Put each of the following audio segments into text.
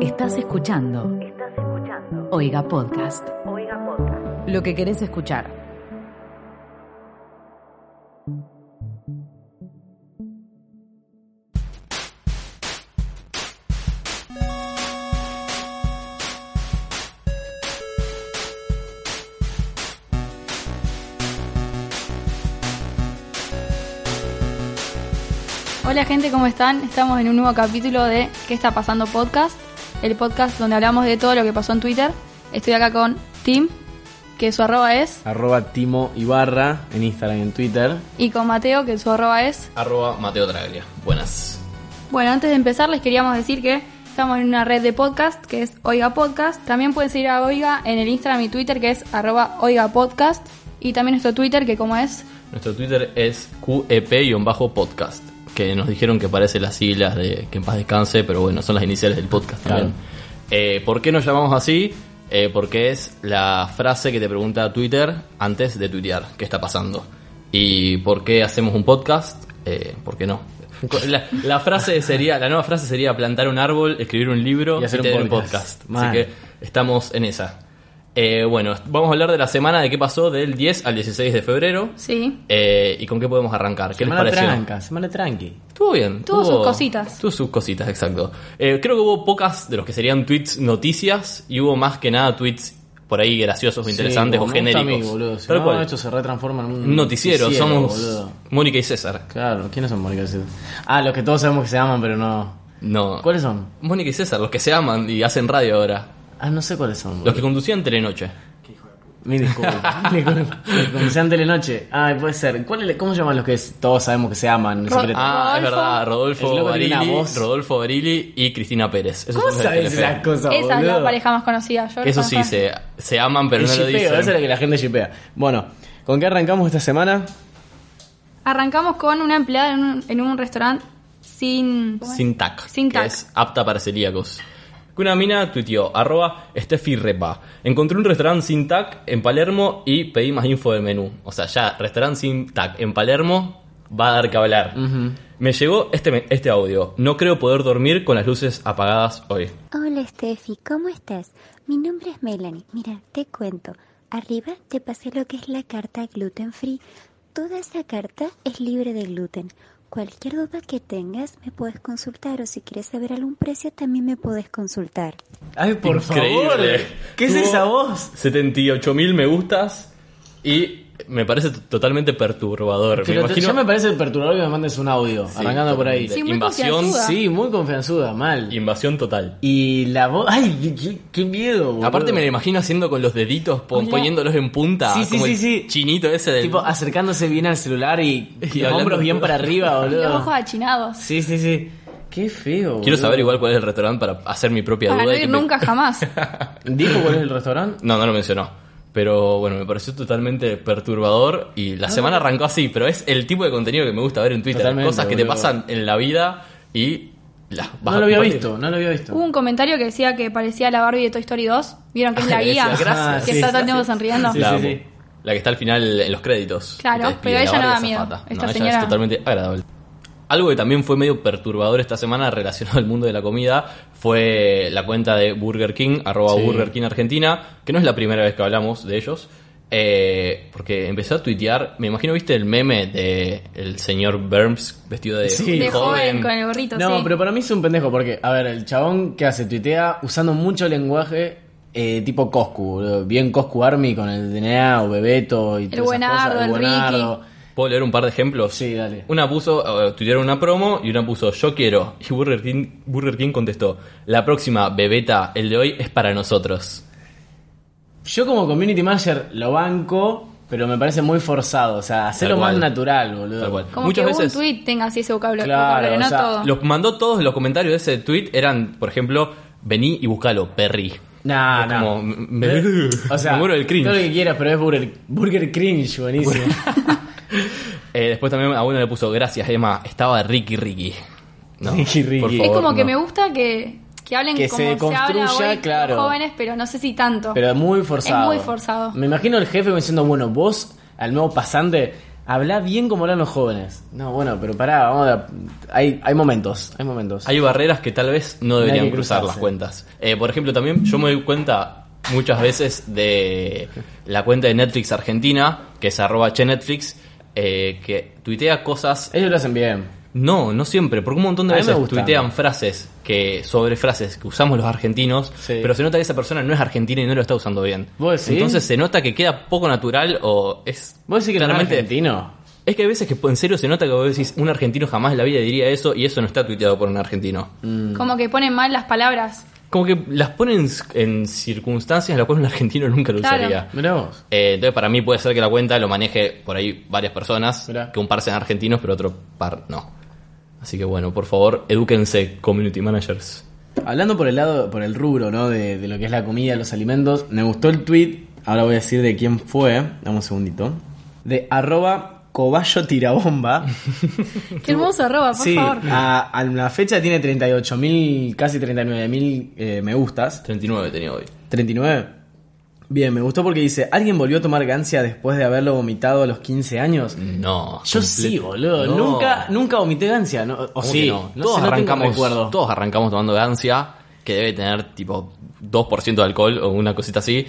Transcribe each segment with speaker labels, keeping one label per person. Speaker 1: Estás escuchando.
Speaker 2: Estás escuchando
Speaker 1: Oiga Podcast.
Speaker 2: Oiga Podcast.
Speaker 1: Lo que querés escuchar.
Speaker 3: Hola gente, ¿cómo están? Estamos en un nuevo capítulo de ¿Qué está pasando podcast? El podcast donde hablamos de todo lo que pasó en Twitter. Estoy acá con Tim, que su arroba es,
Speaker 4: arroba Timo Ibarra en Instagram y en Twitter.
Speaker 3: y con Mateo, que su arroba es.
Speaker 5: Arroba Mateo Traglia. Buenas.
Speaker 3: Bueno, antes de empezar les queríamos decir que estamos en una red de podcast que es Oiga Podcast. También pueden seguir a Oiga en el Instagram y Twitter que es arroba Oiga Podcast. Y también nuestro Twitter que como es...
Speaker 5: Nuestro Twitter es E QEP-podcast. Que nos dijeron que parece las siglas de que en paz descanse, pero bueno, son las iniciales del podcast también. Eh, ¿Por qué nos llamamos así? Eh, porque es la frase que te pregunta Twitter antes de tuitear qué está pasando. ¿Y por qué hacemos un podcast? Eh, ¿Por qué no? La, la frase sería, la nueva frase sería plantar un árbol, escribir un libro
Speaker 4: Y hacer un
Speaker 5: tener
Speaker 4: podcast. Mal.
Speaker 5: Así que estamos en esa. Eh, bueno, vamos a hablar de la semana de qué pasó del 10 al 16 de febrero.
Speaker 3: Sí.
Speaker 5: Eh, ¿Y con qué podemos arrancar? ¿Qué
Speaker 4: semana
Speaker 5: les pareció?
Speaker 4: tranca, semana tranqui.
Speaker 5: Estuvo bien.
Speaker 3: Tuvo sus cositas.
Speaker 5: Tuvo sus cositas, exacto. Eh, creo que hubo pocas de los que serían tweets noticias y hubo más que nada tweets por ahí graciosos o
Speaker 4: Sí,
Speaker 5: interesantes o
Speaker 4: como me gusta
Speaker 5: genéricos.
Speaker 4: a mí, boludo. Si
Speaker 5: Tal
Speaker 4: no,
Speaker 5: cual.
Speaker 4: esto se retransforma en un
Speaker 5: Un noticiero, somos
Speaker 4: boludo.
Speaker 5: Mónica y César.
Speaker 4: Claro, ¿quiénes son Mónica y César? Ah, los que todos sabemos que se aman, pero no.
Speaker 5: No.
Speaker 4: ¿Cuáles son?
Speaker 5: Mónica y César, los que se aman y hacen radio ahora.
Speaker 4: Ah, no sé cuáles son.
Speaker 5: Los
Speaker 4: boludo.
Speaker 5: que conducían Telenoche.
Speaker 4: Mil disculpas. Mil disculpas. Comenzaron Telenoche. Ah, puede ser. ¿Cuál es- ¿Cómo se llaman los que es- todos sabemos que se aman?
Speaker 3: Ro-
Speaker 4: secreto?
Speaker 5: Ah, es
Speaker 3: Rodolfo.
Speaker 5: verdad,
Speaker 4: El
Speaker 5: Rodolfo
Speaker 4: loco tiene una
Speaker 5: Barili,
Speaker 4: voz.
Speaker 5: Rodolfo Barili y Cristina Pérez. Esos
Speaker 4: ¿Cómo
Speaker 5: son los de
Speaker 4: sabes
Speaker 5: Telefe.
Speaker 4: esas cosas,
Speaker 3: Esa es la
Speaker 4: boludo?
Speaker 3: pareja más conocida. Yo
Speaker 5: Eso
Speaker 3: los
Speaker 5: sí,
Speaker 3: conozco.
Speaker 5: se, se aman, pero
Speaker 4: El
Speaker 5: no lo
Speaker 4: shippeo,
Speaker 5: dicen.
Speaker 4: esa es la que la gente shipea. Bueno, ¿con qué arrancamos esta semana?
Speaker 3: Arrancamos con una empleada en un, en un restaurante sin... ¿cómo es?
Speaker 5: Sin tac.
Speaker 3: Sin tac.
Speaker 5: Que es apta para celíacos. Que Una mina tuiteó, arroba Steffi Repa. Encontré un restaurante sin tac en Palermo y pedí más info del menú. O sea, ya, restaurante sin tac en Palermo va a dar que hablar. Me llegó este, me- este audio. No creo poder dormir con las luces apagadas hoy.
Speaker 6: Hola Steffi, ¿cómo estás? Mi nombre es Melanie. Mira, te cuento. Arriba te pasé lo que es la carta gluten free. Toda esa carta es libre de gluten. Cualquier duda que tengas me puedes consultar o si quieres saber algún precio también me puedes consultar.
Speaker 4: Ay, por
Speaker 5: Increíble.
Speaker 4: favor. ¿Qué es
Speaker 5: Tuvo
Speaker 4: esa voz?
Speaker 5: 78.000 me gustas y me parece t- totalmente perturbador.
Speaker 4: Pero
Speaker 5: me
Speaker 4: te-
Speaker 5: imagino...
Speaker 4: ya me parece perturbador que me mandes un audio, arrancando por ahí.
Speaker 3: Sí, muy
Speaker 5: invasión,
Speaker 3: confianzuda.
Speaker 4: Sí, muy confianzuda, mal.
Speaker 5: invasión total.
Speaker 4: Y la voz. ¡Ay, qué, qué- qué miedo, boludo.
Speaker 5: Aparte me lo imagino haciendo con los deditos, pon-
Speaker 3: Hola.
Speaker 5: poniéndolos en punta,
Speaker 4: Sí, sí,
Speaker 5: como
Speaker 4: sí,
Speaker 5: el
Speaker 4: sí.
Speaker 5: chinito ese del...
Speaker 4: Tipo, ah, acercándose bien al celular y,
Speaker 5: Y
Speaker 4: los
Speaker 5: hablando-
Speaker 4: hombros bien para arriba,
Speaker 3: Y los ojos
Speaker 4: boludo.
Speaker 3: achinados.
Speaker 4: Sí, sí, sí. Qué feo.
Speaker 5: Quiero
Speaker 4: boludo. Ah,
Speaker 5: saber igual cuál es el restaurante para hacer mi propia
Speaker 3: Para
Speaker 5: duda.
Speaker 3: no
Speaker 5: y que
Speaker 3: ir
Speaker 5: me-
Speaker 3: nunca jamás.
Speaker 4: ¿Dijo cuál es el restaurante?
Speaker 5: No, no lo mencionó. Pero bueno, me pareció totalmente perturbador y
Speaker 4: Ah.
Speaker 5: la semana arrancó así, pero es el tipo de contenido que me gusta ver en Twitter.
Speaker 4: Totalmente,
Speaker 5: Cosas que te
Speaker 4: boludo.
Speaker 5: pasan en la vida y las vas
Speaker 4: No
Speaker 5: a
Speaker 4: lo había
Speaker 5: compartir.
Speaker 4: visto, no lo había visto.
Speaker 3: Hubo un comentario que decía que parecía la Barbie de Toy Story 2. ¿Vieron que es la guía?
Speaker 5: Decía,
Speaker 4: "Gracias".
Speaker 3: Que
Speaker 4: Ah, sí,
Speaker 3: está todo
Speaker 4: sí,
Speaker 3: el tiempo sonriendo.
Speaker 4: Sí,
Speaker 5: la,
Speaker 4: sí,
Speaker 5: amo.
Speaker 4: sí.
Speaker 5: La que está al final en los créditos.
Speaker 3: Claro,
Speaker 5: Que te despide,
Speaker 3: pero ella
Speaker 5: la
Speaker 3: no
Speaker 5: Barbie
Speaker 3: da
Speaker 5: azafata.
Speaker 3: miedo. Esta
Speaker 5: no, ella
Speaker 3: señora-
Speaker 5: es totalmente agradable. Algo que también fue medio perturbador esta semana relacionado al mundo de la comida fue la cuenta de Burger King, arroba
Speaker 4: Sí.
Speaker 5: Burger King Argentina, que no es la primera vez que hablamos de ellos, eh, porque empezó a tuitear, me imagino viste el meme de el señor Burns vestido de,
Speaker 4: Sí.
Speaker 3: De joven, con el gorrito,
Speaker 4: No,
Speaker 3: sí.
Speaker 4: pero para mí es un pendejo porque, a ver, el chabón que hace tuitea usando mucho lenguaje eh, tipo Coscu, boludo. bien Coscu Army con el DNA o Bebeto y todas esas
Speaker 3: Buenardo,
Speaker 4: cosas,
Speaker 3: el
Speaker 5: ¿Puedo leer un par de ejemplos?
Speaker 4: Sí, dale.
Speaker 5: Una puso, eh, tuitearon una promo y una puso, yo quiero. Y Burger King, Burger King contestó, la próxima, Bebeta, el de hoy es para nosotros.
Speaker 4: Yo como community manager lo banco, pero me parece muy forzado, o sea, hacerlo
Speaker 5: Tal
Speaker 4: más
Speaker 5: cual.
Speaker 4: natural, boludo.
Speaker 5: Tal cual.
Speaker 3: Como
Speaker 5: Muchas
Speaker 3: que
Speaker 5: veces-
Speaker 3: un tweet tenga así ese vocabula-
Speaker 4: Claro,
Speaker 3: vocabulario, no
Speaker 4: o sea,
Speaker 3: todo.
Speaker 5: Los mandó todos los comentarios de ese tweet, eran, por ejemplo, vení y buscalo, perri.
Speaker 4: Nah,
Speaker 5: Es
Speaker 4: nah.
Speaker 5: como, me- me-
Speaker 4: Ah, o sea,
Speaker 5: me muero del cringe.
Speaker 4: Todo lo que quieras, pero es burger, burger cringe, buenísimo.
Speaker 5: Eh, después también a uno le puso, gracias Emma, estaba Ricky Ricky. No,
Speaker 4: Ricky, Ricky.
Speaker 5: por
Speaker 4: Es
Speaker 3: es
Speaker 5: favor,
Speaker 3: como que
Speaker 5: no.
Speaker 3: me gusta que, que hablen
Speaker 4: Que
Speaker 3: como
Speaker 4: se
Speaker 3: habla
Speaker 4: construya,
Speaker 3: hoy los
Speaker 4: claro.
Speaker 3: jóvenes, pero no sé si tanto.
Speaker 4: Pero muy forzado.
Speaker 3: Es muy forzado.
Speaker 4: Me imagino el jefe diciendo, bueno, vos, al nuevo pasante, Habla bien como hablan los jóvenes. No, bueno, pero pará, vamos a... Hay, hay momentos, hay momentos.
Speaker 5: Hay barreras que tal vez no deberían
Speaker 4: que
Speaker 5: cruzar las
Speaker 4: cruzarse.
Speaker 5: cuentas. Eh, por ejemplo, también yo me doy cuenta muchas veces de la cuenta de Netflix Argentina, que es arroba che Netflix, eh, que tuitea cosas.
Speaker 4: Ellos lo hacen bien.
Speaker 5: No, no siempre, porque un montón de
Speaker 4: A mí me
Speaker 5: veces
Speaker 4: gustan.
Speaker 5: tuitean frases que sobre frases que usamos los argentinos,
Speaker 4: Sí.
Speaker 5: pero se nota que esa persona no es argentina y no lo está usando bien.
Speaker 4: ¿Vos decís?
Speaker 5: Entonces se nota que queda poco natural o es
Speaker 4: ¿Vos decís que
Speaker 5: claramente-
Speaker 4: realmente argentino?
Speaker 5: es que hay veces que en serio se nota que vos decís, un argentino jamás en la vida diría eso y eso no está tuiteado por un argentino.
Speaker 3: Como que ponen mal las palabras.
Speaker 5: Como que las ponen en, en circunstancias en las cuales un argentino nunca lo
Speaker 3: Claro.
Speaker 5: usaría.
Speaker 4: Mirá vos.
Speaker 5: Eh, entonces para mí puede ser que la cuenta lo maneje por ahí varias personas,
Speaker 4: Mirá.
Speaker 5: que un par sean argentinos pero otro par no. Así que bueno, por favor, edúquense, community managers.
Speaker 4: Hablando por el lado, por el rubro, ¿no? De, de lo que es la comida, los alimentos, me gustó el tweet. Ahora voy a decir de quién fue. Dame un segundito. De arroba cobayo tirabomba.
Speaker 3: Qué hermoso arroba, por
Speaker 4: sí,
Speaker 3: favor.
Speaker 4: a, a la fecha tiene 38.000, casi 39.000 eh, me gustas.
Speaker 5: 39 tenía hoy.
Speaker 4: 39. Bien, me gustó porque dice, ¿alguien volvió a tomar gancia después de haberlo vomitado a los 15 años?
Speaker 5: No.
Speaker 4: Yo
Speaker 5: comple-
Speaker 4: sí, boludo.
Speaker 5: No.
Speaker 4: Nunca, nunca vomité gancia. No, o
Speaker 5: ¿Cómo
Speaker 4: sí,
Speaker 5: que
Speaker 4: no,
Speaker 5: no? todos,
Speaker 4: sé, no tengo
Speaker 5: arrancamos,
Speaker 4: recuerdo.
Speaker 5: todos arrancamos tomando gancia, que debe tener tipo 2% de alcohol o una cosita así,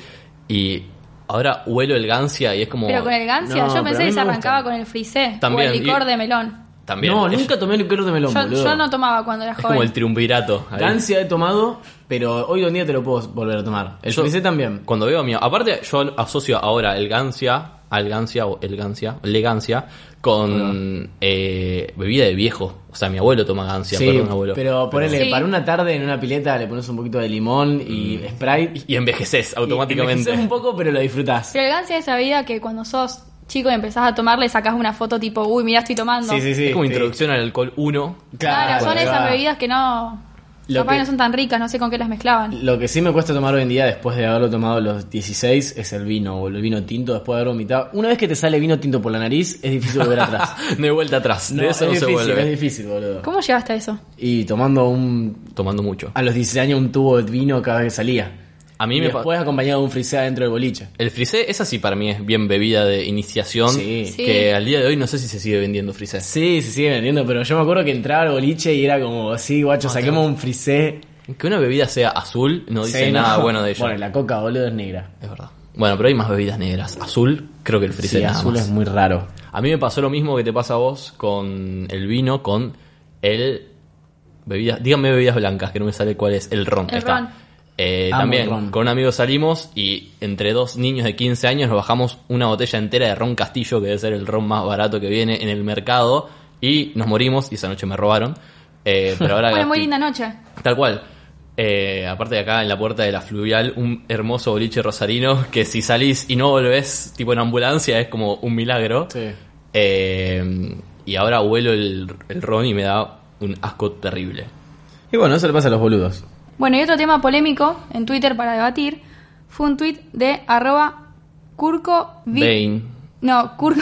Speaker 5: y ahora huelo el gancia y es como...
Speaker 3: Pero con el gancia,
Speaker 4: No, pero
Speaker 3: yo
Speaker 4: a
Speaker 3: pensé
Speaker 4: mí
Speaker 3: que se
Speaker 4: me
Speaker 3: arrancaba
Speaker 4: gusta.
Speaker 3: con el frisé
Speaker 5: También,
Speaker 3: o el licor
Speaker 5: y-
Speaker 3: de melón.
Speaker 5: También.
Speaker 4: No,
Speaker 5: es-
Speaker 4: nunca tomé licor de melón,
Speaker 3: Yo,
Speaker 4: boludo.
Speaker 3: yo no tomaba cuando era
Speaker 5: Es
Speaker 3: joven.
Speaker 5: como el triunvirato. ahí.
Speaker 4: Gancia he tomado, pero hoy en día te lo puedo volver a tomar. El
Speaker 5: Yo-
Speaker 4: frisé también.
Speaker 5: Cuando veo a mi... Aparte, yo asocio ahora el gancia, al gancia o el gancia, legancia, con
Speaker 4: Ah.
Speaker 5: eh, bebida de viejo. O sea, mi abuelo toma gancia, perdón, abuelo.
Speaker 4: pero ponele,
Speaker 3: Sí.
Speaker 4: para una tarde en una pileta le pones un poquito de limón y Sprite.
Speaker 5: Mm. Y envejeces automáticamente.
Speaker 4: envejeces un poco, pero lo disfrutás.
Speaker 3: Pero el gancia es esa bebida que cuando sos chico y empezás a tomarle, sacás una foto tipo, uy, mirá, estoy tomando.
Speaker 5: es como introducción al alcohol 1.
Speaker 3: Claro, son
Speaker 4: ahí
Speaker 3: esas
Speaker 4: va.
Speaker 3: bebidas que no.
Speaker 4: Lo
Speaker 3: capaz
Speaker 4: que-
Speaker 3: que no son tan ricas, no sé con qué las mezclaban.
Speaker 4: Lo que sí me cuesta tomar hoy en día, después de haberlo tomado a los 16, es el vino, o el vino tinto después de haber vomitado. Una vez que te sale vino tinto por la nariz, es difícil volver atrás.
Speaker 5: No hay vuelta atrás.
Speaker 4: No,
Speaker 5: de eso no
Speaker 4: es
Speaker 5: se
Speaker 4: difícil,
Speaker 5: vuelve.
Speaker 4: es difícil, boludo.
Speaker 3: ¿Cómo llegaste a eso?
Speaker 4: Y tomando un.
Speaker 5: Tomando mucho.
Speaker 4: A los 16 años, un tubo de vino cada vez que salía.
Speaker 5: A mí
Speaker 4: Y
Speaker 5: me pa-
Speaker 4: después acompañado de un frisé adentro del boliche.
Speaker 5: El frisé, esa sí para mí es bien bebida de iniciación.
Speaker 4: Sí.
Speaker 3: Sí.
Speaker 5: Que al día de hoy no sé si se sigue vendiendo frisé.
Speaker 4: Sí, se sigue vendiendo, pero yo me acuerdo que entraba al boliche y era como, sí, guacho, saquemos un frisé.
Speaker 5: Que una bebida sea azul no dice
Speaker 4: Sí,
Speaker 5: nada
Speaker 4: no.
Speaker 5: bueno de ella.
Speaker 4: Bueno, la coca, boludo, es negra.
Speaker 5: Es verdad. Bueno, pero hay más bebidas negras. Azul, creo que el frisé
Speaker 4: Sí,
Speaker 5: nada
Speaker 4: azul
Speaker 5: más.
Speaker 4: es muy raro.
Speaker 5: A mí me pasó lo mismo que te pasa a vos con el vino, con el... Bebidas, díganme bebidas blancas, que no me sale cuál es. El ron.
Speaker 3: El
Speaker 5: ahí está.
Speaker 3: ron.
Speaker 5: Eh,
Speaker 4: Amo
Speaker 5: también,
Speaker 4: el ron.
Speaker 5: con un amigo salimos y entre dos niños de 15 años nos bajamos una botella entera de ron castillo, que debe ser el ron más barato que viene en el mercado, y nos morimos, y esa noche me robaron. Eh, pero ahora
Speaker 3: Bueno, muy
Speaker 5: estoy-
Speaker 3: linda noche.
Speaker 5: Tal cual. Eh, aparte de acá, en la puerta de la fluvial, un hermoso boliche rosarino que si salís y no volvés, tipo en ambulancia, es como un milagro.
Speaker 4: Sí.
Speaker 5: Eh, y ahora huelo el, el ron y me da un asco terrible.
Speaker 4: Y bueno, eso le pasa a los boludos.
Speaker 3: Bueno, y otro tema polémico en Twitter para debatir fue un tweet de arroba Curco Vic-
Speaker 5: Bane.
Speaker 3: No, Curco,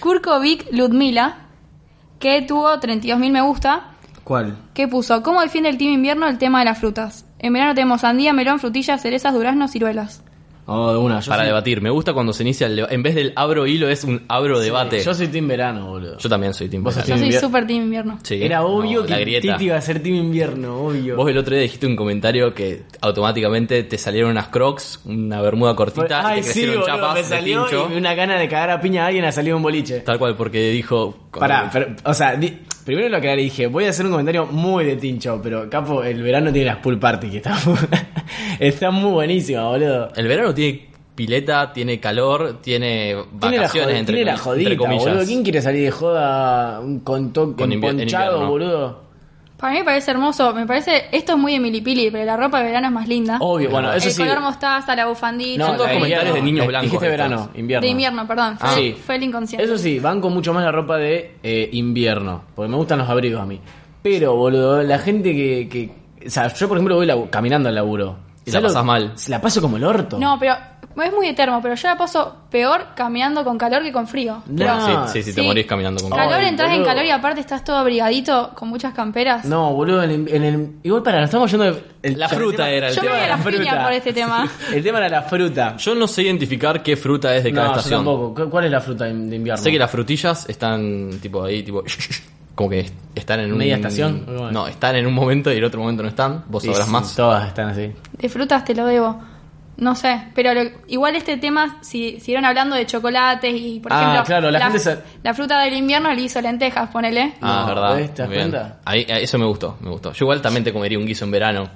Speaker 3: Curco Vic Ludmila, que tuvo 32.000 me gusta,
Speaker 4: ¿Cuál?
Speaker 3: que puso, ¿cómo defiende el Team Invierno el tema de las frutas? En verano tenemos sandía, melón, frutillas, cerezas, duraznos, ciruelas.
Speaker 4: Oh, de una. Yo
Speaker 5: Para
Speaker 4: soy-
Speaker 5: debatir. Me gusta cuando se inicia el deba- En vez del abro hilo, es un abro debate.
Speaker 4: Yo soy team verano, boludo.
Speaker 5: Yo también soy team
Speaker 4: Vos sos
Speaker 5: verano.
Speaker 3: Yo soy
Speaker 4: Invier-
Speaker 3: súper Team Invierno.
Speaker 5: Sí.
Speaker 4: Era obvio
Speaker 5: No, la
Speaker 4: que
Speaker 5: grieta.
Speaker 4: Titi iba a ser team invierno, obvio.
Speaker 5: Vos el otro día dijiste un comentario que automáticamente te salieron unas crocs, una bermuda cortita
Speaker 4: Ay,
Speaker 5: y te
Speaker 4: sí,
Speaker 5: crecieron
Speaker 4: boludo,
Speaker 5: chapas
Speaker 4: me
Speaker 5: de
Speaker 4: salió
Speaker 5: pincho.
Speaker 4: y una gana de cagar a piña a alguien ha salido un boliche.
Speaker 5: Tal cual, porque dijo.
Speaker 4: Pará, pero, o sea, di- primero lo que le dije, voy a hacer un comentario muy de tincho, pero capo, el verano tiene las pool party que está muy, está muy buenísima, boludo.
Speaker 5: El verano tiene pileta, tiene calor, tiene
Speaker 4: Tiene la,
Speaker 5: vacaciones,
Speaker 4: jod-
Speaker 5: entre,
Speaker 4: tiene la
Speaker 5: comi-
Speaker 4: jodita,
Speaker 5: entre comillas.
Speaker 4: boludo. ¿Quién quiere salir de joda con toque
Speaker 5: Con invi- en
Speaker 4: ponchado,
Speaker 5: invierno.
Speaker 4: boludo?
Speaker 3: Para mí me parece hermoso, me parece, esto es muy Emilipili, pero la ropa de verano es más
Speaker 5: Ah.
Speaker 3: linda.
Speaker 4: Obvio, bueno, Oh, eso
Speaker 3: el
Speaker 4: sí.
Speaker 3: color mostaza, la bufandita,
Speaker 5: Son
Speaker 4: la
Speaker 5: todos
Speaker 4: de
Speaker 5: Eh, comentarios
Speaker 4: invierno.
Speaker 5: de niños
Speaker 4: Eh,
Speaker 5: blancos
Speaker 4: Dijiste
Speaker 5: estos.
Speaker 4: verano, invierno.
Speaker 3: de invierno, perdón, fue,
Speaker 4: Ah, sí.
Speaker 3: fue el inconsciente.
Speaker 4: Eso sí, banco mucho más la ropa de eh, invierno, porque me gustan los abrigos a mí. Pero, boludo, la gente que... que- o sea, yo por ejemplo voy labu- caminando al laburo.
Speaker 5: Y la
Speaker 4: ¿Sabes lo-
Speaker 5: pasás mal.
Speaker 4: La paso como el orto.
Speaker 3: No, pero es muy eterno, pero yo la paso peor caminando con calor que con frío.
Speaker 5: Bueno, sí, sí, sí, te
Speaker 3: Sí.
Speaker 5: morís caminando con
Speaker 3: Calor,
Speaker 4: Ay,
Speaker 3: entras en
Speaker 4: boludo.
Speaker 3: calor y aparte estás todo abrigadito con muchas camperas.
Speaker 4: No, boludo, en el, en el- igual para, nos estamos yendo. de- el-
Speaker 5: La fruta
Speaker 4: el
Speaker 5: era el
Speaker 3: Yo me
Speaker 5: tema.
Speaker 3: voy a
Speaker 5: de
Speaker 3: la
Speaker 5: la-
Speaker 4: fruta.
Speaker 3: piña por este tema.
Speaker 4: El tema era la fruta.
Speaker 5: Yo no sé identificar qué fruta es de cada
Speaker 4: no, yo
Speaker 5: estación.
Speaker 4: tampoco. ¿Cu- ¿Cuál es la fruta de de invierno?
Speaker 5: Sé que las frutillas están tipo ahí, tipo. Como que están en un.
Speaker 4: Media estación. Muy bueno.
Speaker 5: No, están en un momento y en otro momento no están. Vos
Speaker 4: Sí,
Speaker 5: sabrás
Speaker 4: sí,
Speaker 5: más.
Speaker 4: Todas están así.
Speaker 3: De frutas te lo debo. No sé, pero lo- igual este tema, si siguieron hablando de chocolates y, por
Speaker 4: Ah,
Speaker 3: ejemplo,
Speaker 4: claro, la gente se-
Speaker 3: la fruta del invierno le hizo lentejas, ponele.
Speaker 5: Ah,
Speaker 4: No,
Speaker 5: es verdad.
Speaker 4: ¿ves? ¿Te das
Speaker 5: Muy bien.
Speaker 4: cuenta?
Speaker 5: Ahí, eh, eso me gustó, me gustó. Yo igual también te comería un guiso en verano.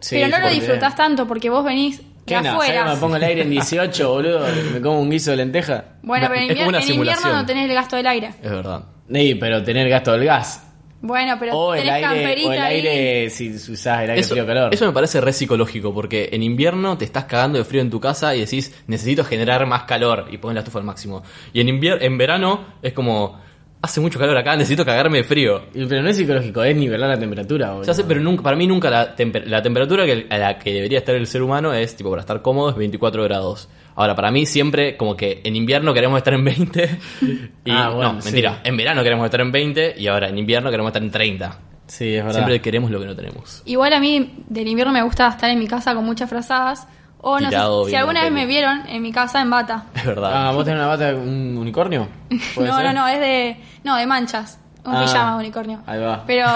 Speaker 4: Sí,
Speaker 3: pero no lo
Speaker 4: porque-
Speaker 3: disfrutás tanto porque vos venís de
Speaker 4: ¿Qué no? ¿Sabés
Speaker 3: afuera.
Speaker 4: que me pongo el aire en 18, boludo? ¿Me como un guiso de lenteja?
Speaker 3: Bueno, pero en,
Speaker 5: Es como
Speaker 3: invier-
Speaker 5: una
Speaker 3: en invierno
Speaker 5: simulación.
Speaker 3: no tenés el gasto del aire.
Speaker 5: Es verdad.
Speaker 4: Sí, pero tener gasto del gas.
Speaker 3: Bueno, pero
Speaker 4: O el
Speaker 3: tenés
Speaker 4: aire,
Speaker 3: camperita
Speaker 4: o el
Speaker 3: ahí.
Speaker 4: aire si si usás el aire
Speaker 5: Eso,
Speaker 4: frío calor.
Speaker 5: eso me parece re psicológico, porque en invierno te estás cagando de frío en tu casa y decís, necesito generar más calor, y pones la estufa al máximo. Y en invier- en verano es como, hace mucho calor acá, necesito cagarme de frío.
Speaker 4: Y- Pero no es psicológico, es nivelar la temperatura, boludo.
Speaker 5: Ya sé, pero nunca, para mí nunca la, temper- la temperatura que, a la que debería estar el ser humano es, tipo, para estar cómodo es 24 grados. Ahora, para mí siempre, como que en invierno queremos estar en 20. Y,
Speaker 4: Ah, bueno,
Speaker 5: no,
Speaker 4: sí.
Speaker 5: mentira. En verano queremos estar en 20 y ahora en invierno queremos estar en 30.
Speaker 4: Sí, es verdad.
Speaker 5: Siempre queremos lo que no tenemos.
Speaker 3: Igual a mí del invierno me gusta estar en mi casa con muchas frazadas. O no
Speaker 5: Tirado,
Speaker 3: sé, si
Speaker 5: viendo
Speaker 3: alguna vez
Speaker 5: tele.
Speaker 3: me vieron en mi casa en bata.
Speaker 5: Es verdad.
Speaker 4: Ah, ¿vos tenés una bata de un unicornio? ¿Puede
Speaker 3: No,
Speaker 4: ser?
Speaker 3: no, no, es de. No, de manchas. Un
Speaker 4: Ah,
Speaker 3: pijama de unicornio.
Speaker 4: ahí va.
Speaker 3: Pero.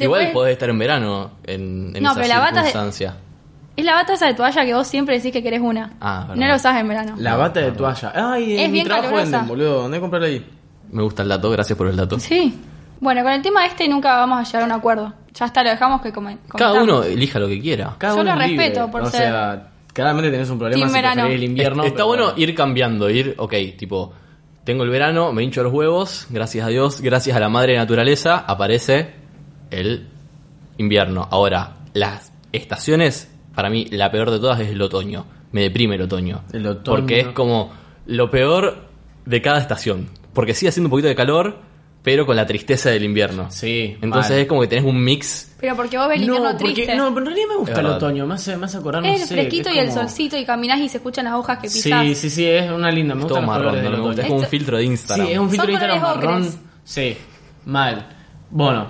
Speaker 5: Igual
Speaker 3: después-
Speaker 5: podés estar en verano en, en
Speaker 3: No,
Speaker 5: esa
Speaker 3: pero la bata es de-
Speaker 5: circunstancia.
Speaker 3: Es la bata esa de toalla que vos siempre decís que querés una.
Speaker 5: Ah, verdad.
Speaker 3: no la usás en verano.
Speaker 4: La bata de toalla. Ay, en
Speaker 3: Es
Speaker 4: mi
Speaker 3: bien
Speaker 4: trabajo
Speaker 3: calurosa.
Speaker 4: venden, boludo. ¿Dónde comprar ahí?
Speaker 5: Me gusta el dato, gracias por el dato.
Speaker 3: Sí. Bueno, con el tema este nunca vamos a llegar a un acuerdo. Ya está, lo dejamos que comen.
Speaker 5: Cada
Speaker 3: comentamos.
Speaker 5: uno elija lo que quiera.
Speaker 4: Cada
Speaker 3: Yo
Speaker 4: uno
Speaker 3: lo
Speaker 4: es libre.
Speaker 3: respeto por
Speaker 4: o
Speaker 3: ser-
Speaker 4: sea, claramente tenés un problema
Speaker 3: Team
Speaker 4: si
Speaker 3: verano.
Speaker 4: preferís el invierno.
Speaker 5: Está
Speaker 4: pero
Speaker 5: bueno ir cambiando, ir, ok, tipo, tengo el verano, me hincho los huevos, gracias a Dios, gracias a la madre naturaleza, aparece el invierno. Ahora, las estaciones, para mí, la peor de todas es el otoño. Me deprime el otoño.
Speaker 4: El otoño.
Speaker 5: Porque es como lo peor de cada estación. Porque sigue haciendo un poquito de calor, pero con la tristeza del invierno.
Speaker 4: Sí,
Speaker 5: Entonces
Speaker 4: mal.
Speaker 5: es como que tenés un mix.
Speaker 3: Pero porque vos ves el invierno
Speaker 4: No, porque,
Speaker 3: triste.
Speaker 4: no, pero en realidad me
Speaker 5: Es
Speaker 4: gusta el
Speaker 5: verdad.
Speaker 4: otoño. Me hace, me hace acordar, no
Speaker 3: es el
Speaker 4: sé,
Speaker 3: fresquito
Speaker 4: es
Speaker 3: y el
Speaker 4: como-
Speaker 3: solcito y caminás y se escuchan las hojas que pisás.
Speaker 4: Sí, sí, sí, es una linda. Me
Speaker 5: Todo
Speaker 4: gustan los
Speaker 5: marrón,
Speaker 4: colores
Speaker 5: no
Speaker 4: del
Speaker 5: me gusta. Es
Speaker 4: otoño.
Speaker 5: como un filtro de Instagram.
Speaker 4: Sí, es un filtro de
Speaker 3: Son
Speaker 4: Instagram
Speaker 3: colores
Speaker 4: marrón.
Speaker 3: ocres.
Speaker 4: Sí, mal. Bueno,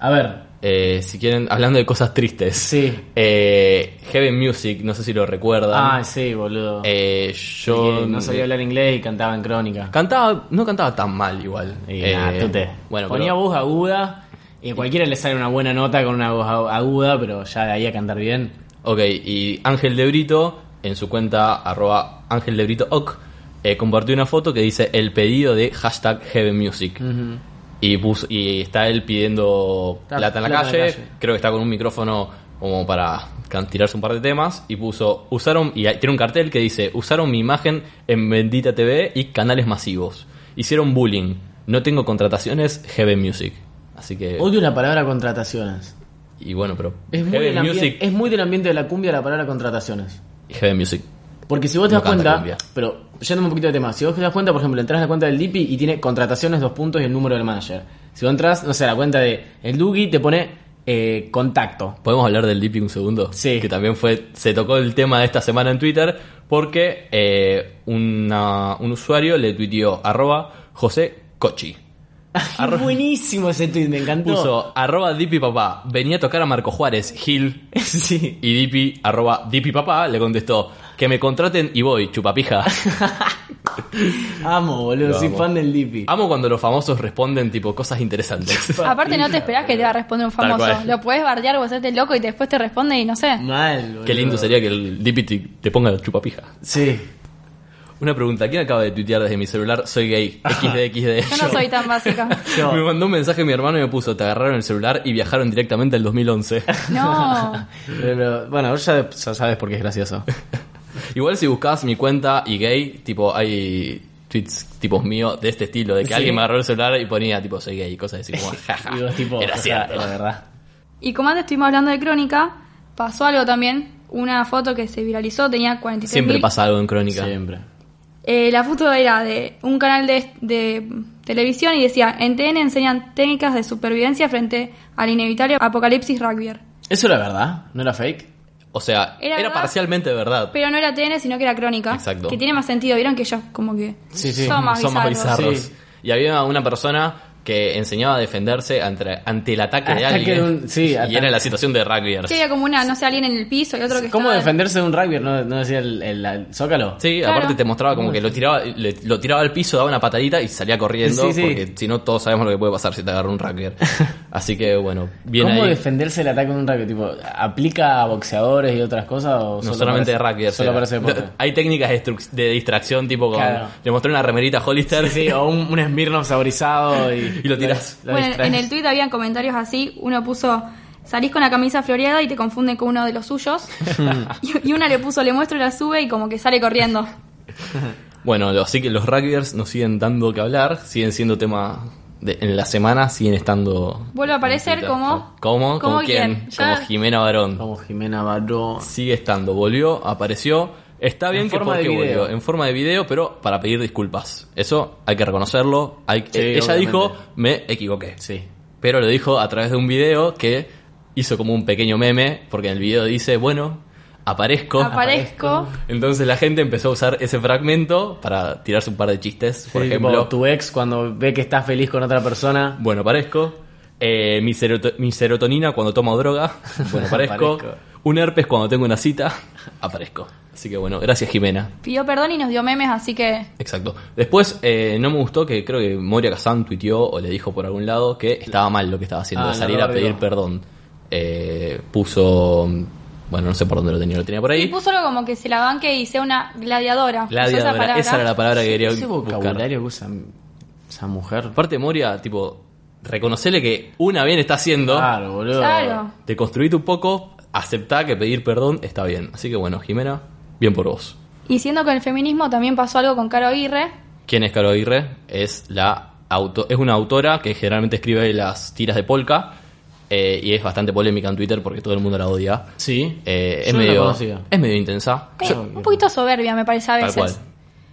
Speaker 4: a ver.
Speaker 5: Eh, si quieren, hablando de cosas tristes.
Speaker 4: Sí.
Speaker 5: Eh, Heaven Music, no sé si lo recuerdan.
Speaker 4: Ah, sí, boludo.
Speaker 5: Eh, yo
Speaker 4: Que no sabía hablar inglés y cantaba en crónica.
Speaker 5: Cantaba, no cantaba tan mal igual.
Speaker 4: Y
Speaker 5: Eh,
Speaker 4: nada, tute.
Speaker 5: Bueno,
Speaker 4: Ponía
Speaker 5: pero-
Speaker 4: voz aguda y a cualquiera le sale una buena nota con una voz agu- aguda, pero ya de ahí a cantar bien.
Speaker 5: Ok, y Ángel de Brito, en su cuenta arroba Ángel de Brito ok, eh, compartió una foto que dice el pedido de hashtag Heaven Music. y, puso- y está él pidiendo
Speaker 4: Está
Speaker 5: plata, en la,
Speaker 4: plata en
Speaker 5: calle,
Speaker 4: la calle.
Speaker 5: Creo que está con un micrófono como para can- tirarse un par de temas. Y puso, usaron, y ahí tiene un cartel que dice, usaron mi imagen en Bendita TV y canales masivos. Hicieron bullying. No tengo contrataciones, Heaven Music. Así que...
Speaker 4: Odio la palabra contrataciones.
Speaker 5: Y bueno, pero...
Speaker 4: Es muy, del
Speaker 5: Heaven
Speaker 4: ambien-
Speaker 5: Music.
Speaker 4: es muy del ambiente de la cumbia la palabra contrataciones.
Speaker 5: Heaven Music.
Speaker 4: Porque si vos te
Speaker 5: No
Speaker 4: das
Speaker 5: canta
Speaker 4: cuenta,
Speaker 5: cumbia.
Speaker 4: pero yéndome un poquito de tema, si vos te das cuenta, por ejemplo, entras a la cuenta del Dipi y tiene contrataciones, dos puntos y el número del manager. Si vos entras, no sé, a la cuenta de el Dugi, te pone eh, contacto.
Speaker 5: ¿Podemos hablar del Dippy un segundo?
Speaker 4: Sí.
Speaker 5: Que también fue, se tocó el tema de esta semana en Twitter porque eh, una- un usuario le tuiteó arroba José Cochi. Arro-
Speaker 4: Buenísimo ese tweet, me encantó.
Speaker 5: Puso arroba Dipi papá, venía a tocar a Marco Juárez, Gil.
Speaker 4: sí.
Speaker 5: Y Dipi arroba Dipi papá le contestó, que me contraten y voy, chupapija.
Speaker 4: Amo, boludo,
Speaker 5: Lo
Speaker 4: soy
Speaker 5: amo. Ah,
Speaker 4: fan del Dipi.
Speaker 5: Amo cuando los famosos responden tipo cosas interesantes.
Speaker 3: Aparte no te esperás que te va a responder un
Speaker 5: Tal
Speaker 3: famoso.
Speaker 5: cual.
Speaker 3: Lo podés bardear o hacerte loco y después te responde y no sé.
Speaker 4: Mal, boludo.
Speaker 5: Qué lindo sería que el Dipi te, te ponga chupapija.
Speaker 4: Sí.
Speaker 5: Una pregunta, ¿quién acaba de tuitear desde mi celular? Soy gay, XD,
Speaker 3: Yo no soy tan básica.
Speaker 4: Yo.
Speaker 5: Me mandó un mensaje mi hermano y me puso, te agarraron el celular y viajaron directamente al 2011.
Speaker 3: No.
Speaker 4: Pero, bueno, vos ya, ya sabes por qué es gracioso.
Speaker 5: Igual si buscas mi cuenta y gay, tipo, hay tweets tipos míos de este estilo, de que
Speaker 4: Sí.
Speaker 5: alguien me agarró el celular y ponía, tipo, soy gay, y cosas así como, jaja,
Speaker 4: y vos tipo,
Speaker 5: era
Speaker 4: o sea,
Speaker 5: cierto.
Speaker 4: la verdad.
Speaker 3: Y como antes estuvimos hablando de crónica, pasó algo también. Una foto que se viralizó, tenía 43
Speaker 5: Siempre pasa algo en crónica.
Speaker 4: Siempre.
Speaker 3: Eh, la foto era de un canal de, de televisión y decía, en TN enseñan técnicas de supervivencia frente al inevitable apocalipsis rugby.
Speaker 4: ¿Eso era verdad? ¿No era fake?
Speaker 5: O sea,
Speaker 3: Era
Speaker 5: era,
Speaker 3: verdad.
Speaker 5: parcialmente verdad.
Speaker 3: Pero no era TN, sino que era Crónica.
Speaker 5: Exacto.
Speaker 3: Que tiene más sentido. Vieron que ellos como que
Speaker 4: Sí, sí,
Speaker 3: son más
Speaker 5: Son más
Speaker 3: bizarros.
Speaker 5: bizarros.
Speaker 4: Sí.
Speaker 5: Y había una persona que enseñaba a defenderse ante, ante el ataque de
Speaker 4: Ataque
Speaker 5: alguien.
Speaker 4: de un- sí,
Speaker 5: y
Speaker 4: ataque.
Speaker 5: era la situación de rugby.
Speaker 3: Sí, había como una, no sé, alguien en el piso y otro que
Speaker 4: ¿Cómo
Speaker 3: estaba-
Speaker 4: defenderse de un rugby? ¿No, no decía el, el- el zócalo?
Speaker 5: Sí,
Speaker 3: Claro.
Speaker 5: aparte te mostraba como que lo tiraba, le- lo tiraba al piso, daba una patadita y salía corriendo,
Speaker 4: Sí, sí.
Speaker 5: porque si no todos sabemos lo que puede pasar si te agarra un racker. Así que bueno, bien
Speaker 4: ¿Cómo
Speaker 5: ahí.
Speaker 4: defenderse del ataque de un rugby? Tipo, ¿Aplica a boxeadores y otras cosas? O
Speaker 5: No solamente de
Speaker 4: para
Speaker 5: racker.
Speaker 4: Solo
Speaker 5: será.
Speaker 4: para ese deporte.
Speaker 5: Hay técnicas de, destruc- de distracción, tipo con.
Speaker 4: Claro.
Speaker 5: Le mostré una remerita Hollister.
Speaker 4: Sí, o un, un Smirnoff saborizado y,
Speaker 5: Y lo tirás.
Speaker 4: lo
Speaker 3: Bueno,
Speaker 4: distraes.
Speaker 3: en el tweet habían comentarios así. Uno puso, salís con la camisa floreada y te confunden con uno de los suyos. y, y una le puso, le muestro y la sube y como que sale corriendo.
Speaker 5: Bueno, lo- así que los rugbyers nos siguen dando que hablar, siguen siendo tema. de- en la semana siguen estando.
Speaker 3: Vuelve a aparecer
Speaker 5: en Twitter.
Speaker 3: como- como
Speaker 5: ¿Cómo? ¿Como quién?
Speaker 3: quién. Ya-
Speaker 5: Como Jimena Barón.
Speaker 4: Como Jimena Barro.
Speaker 5: Sigue estando, volvió, apareció. Está bien
Speaker 4: En
Speaker 5: que
Speaker 4: forma de
Speaker 5: porque
Speaker 4: video.
Speaker 5: volvió, en forma de video, pero para pedir disculpas. Eso hay que reconocerlo. Hay,
Speaker 4: Sí,
Speaker 5: eh, ella
Speaker 4: obviamente.
Speaker 5: dijo, me equivoqué.
Speaker 4: Sí.
Speaker 5: Pero lo dijo a través de un video que hizo como un pequeño meme, porque en el video dice, bueno, aparezco.
Speaker 3: Aparezco.
Speaker 5: Entonces la gente empezó a usar ese fragmento para tirarse un par de chistes, por
Speaker 4: Sí,
Speaker 5: ejemplo.
Speaker 4: tipo, tu ex cuando ve que estás feliz con otra persona.
Speaker 5: Bueno, parezco. Eh, mi, seroto- mi serotonina cuando tomo droga. Bueno, parezco.
Speaker 4: Aparezco.
Speaker 5: Un herpes cuando tengo una cita. Aparezco. Así que bueno, gracias Jimena.
Speaker 3: Pidió perdón y nos dio memes, así que
Speaker 5: Exacto. Después eh, no me gustó que creo que Moria Kazan tuiteó o le dijo por algún lado que estaba mal lo que estaba haciendo,
Speaker 4: Ah,
Speaker 5: de salir
Speaker 4: la
Speaker 5: a
Speaker 4: verdad,
Speaker 5: pedir
Speaker 4: digo.
Speaker 5: perdón. Eh, puso... Bueno, no sé por dónde lo tenía, lo tenía por
Speaker 3: Y
Speaker 5: ahí.
Speaker 3: puso algo como que se la banque y sea una gladiadora. Usó
Speaker 5: Gladiadora,
Speaker 3: esa palabra.
Speaker 5: esa era la palabra que quería
Speaker 4: Ese
Speaker 5: buscar.
Speaker 4: vocabulario que usa m- esa mujer.
Speaker 5: Aparte Moria, tipo, reconocerle que una bien está haciendo.
Speaker 4: Claro, boludo.
Speaker 3: Claro.
Speaker 5: Te construiste un poco, aceptá que pedir perdón está bien. Así que bueno, Jimena, bien por vos.
Speaker 3: Y siendo con el feminismo también pasó algo con Caro Aguirre.
Speaker 5: ¿Quién es Caro Aguirre? Es, la auto es una autora que generalmente escribe las tiras de polka eh, y es bastante polémica en Twitter porque todo el mundo la odia.
Speaker 4: Sí.
Speaker 5: Eh, es,
Speaker 4: Yo no la
Speaker 5: medio,
Speaker 4: conocía.
Speaker 5: es medio intensa.
Speaker 3: Es un poquito soberbia, me parece a
Speaker 5: Tal
Speaker 3: veces.
Speaker 5: cual.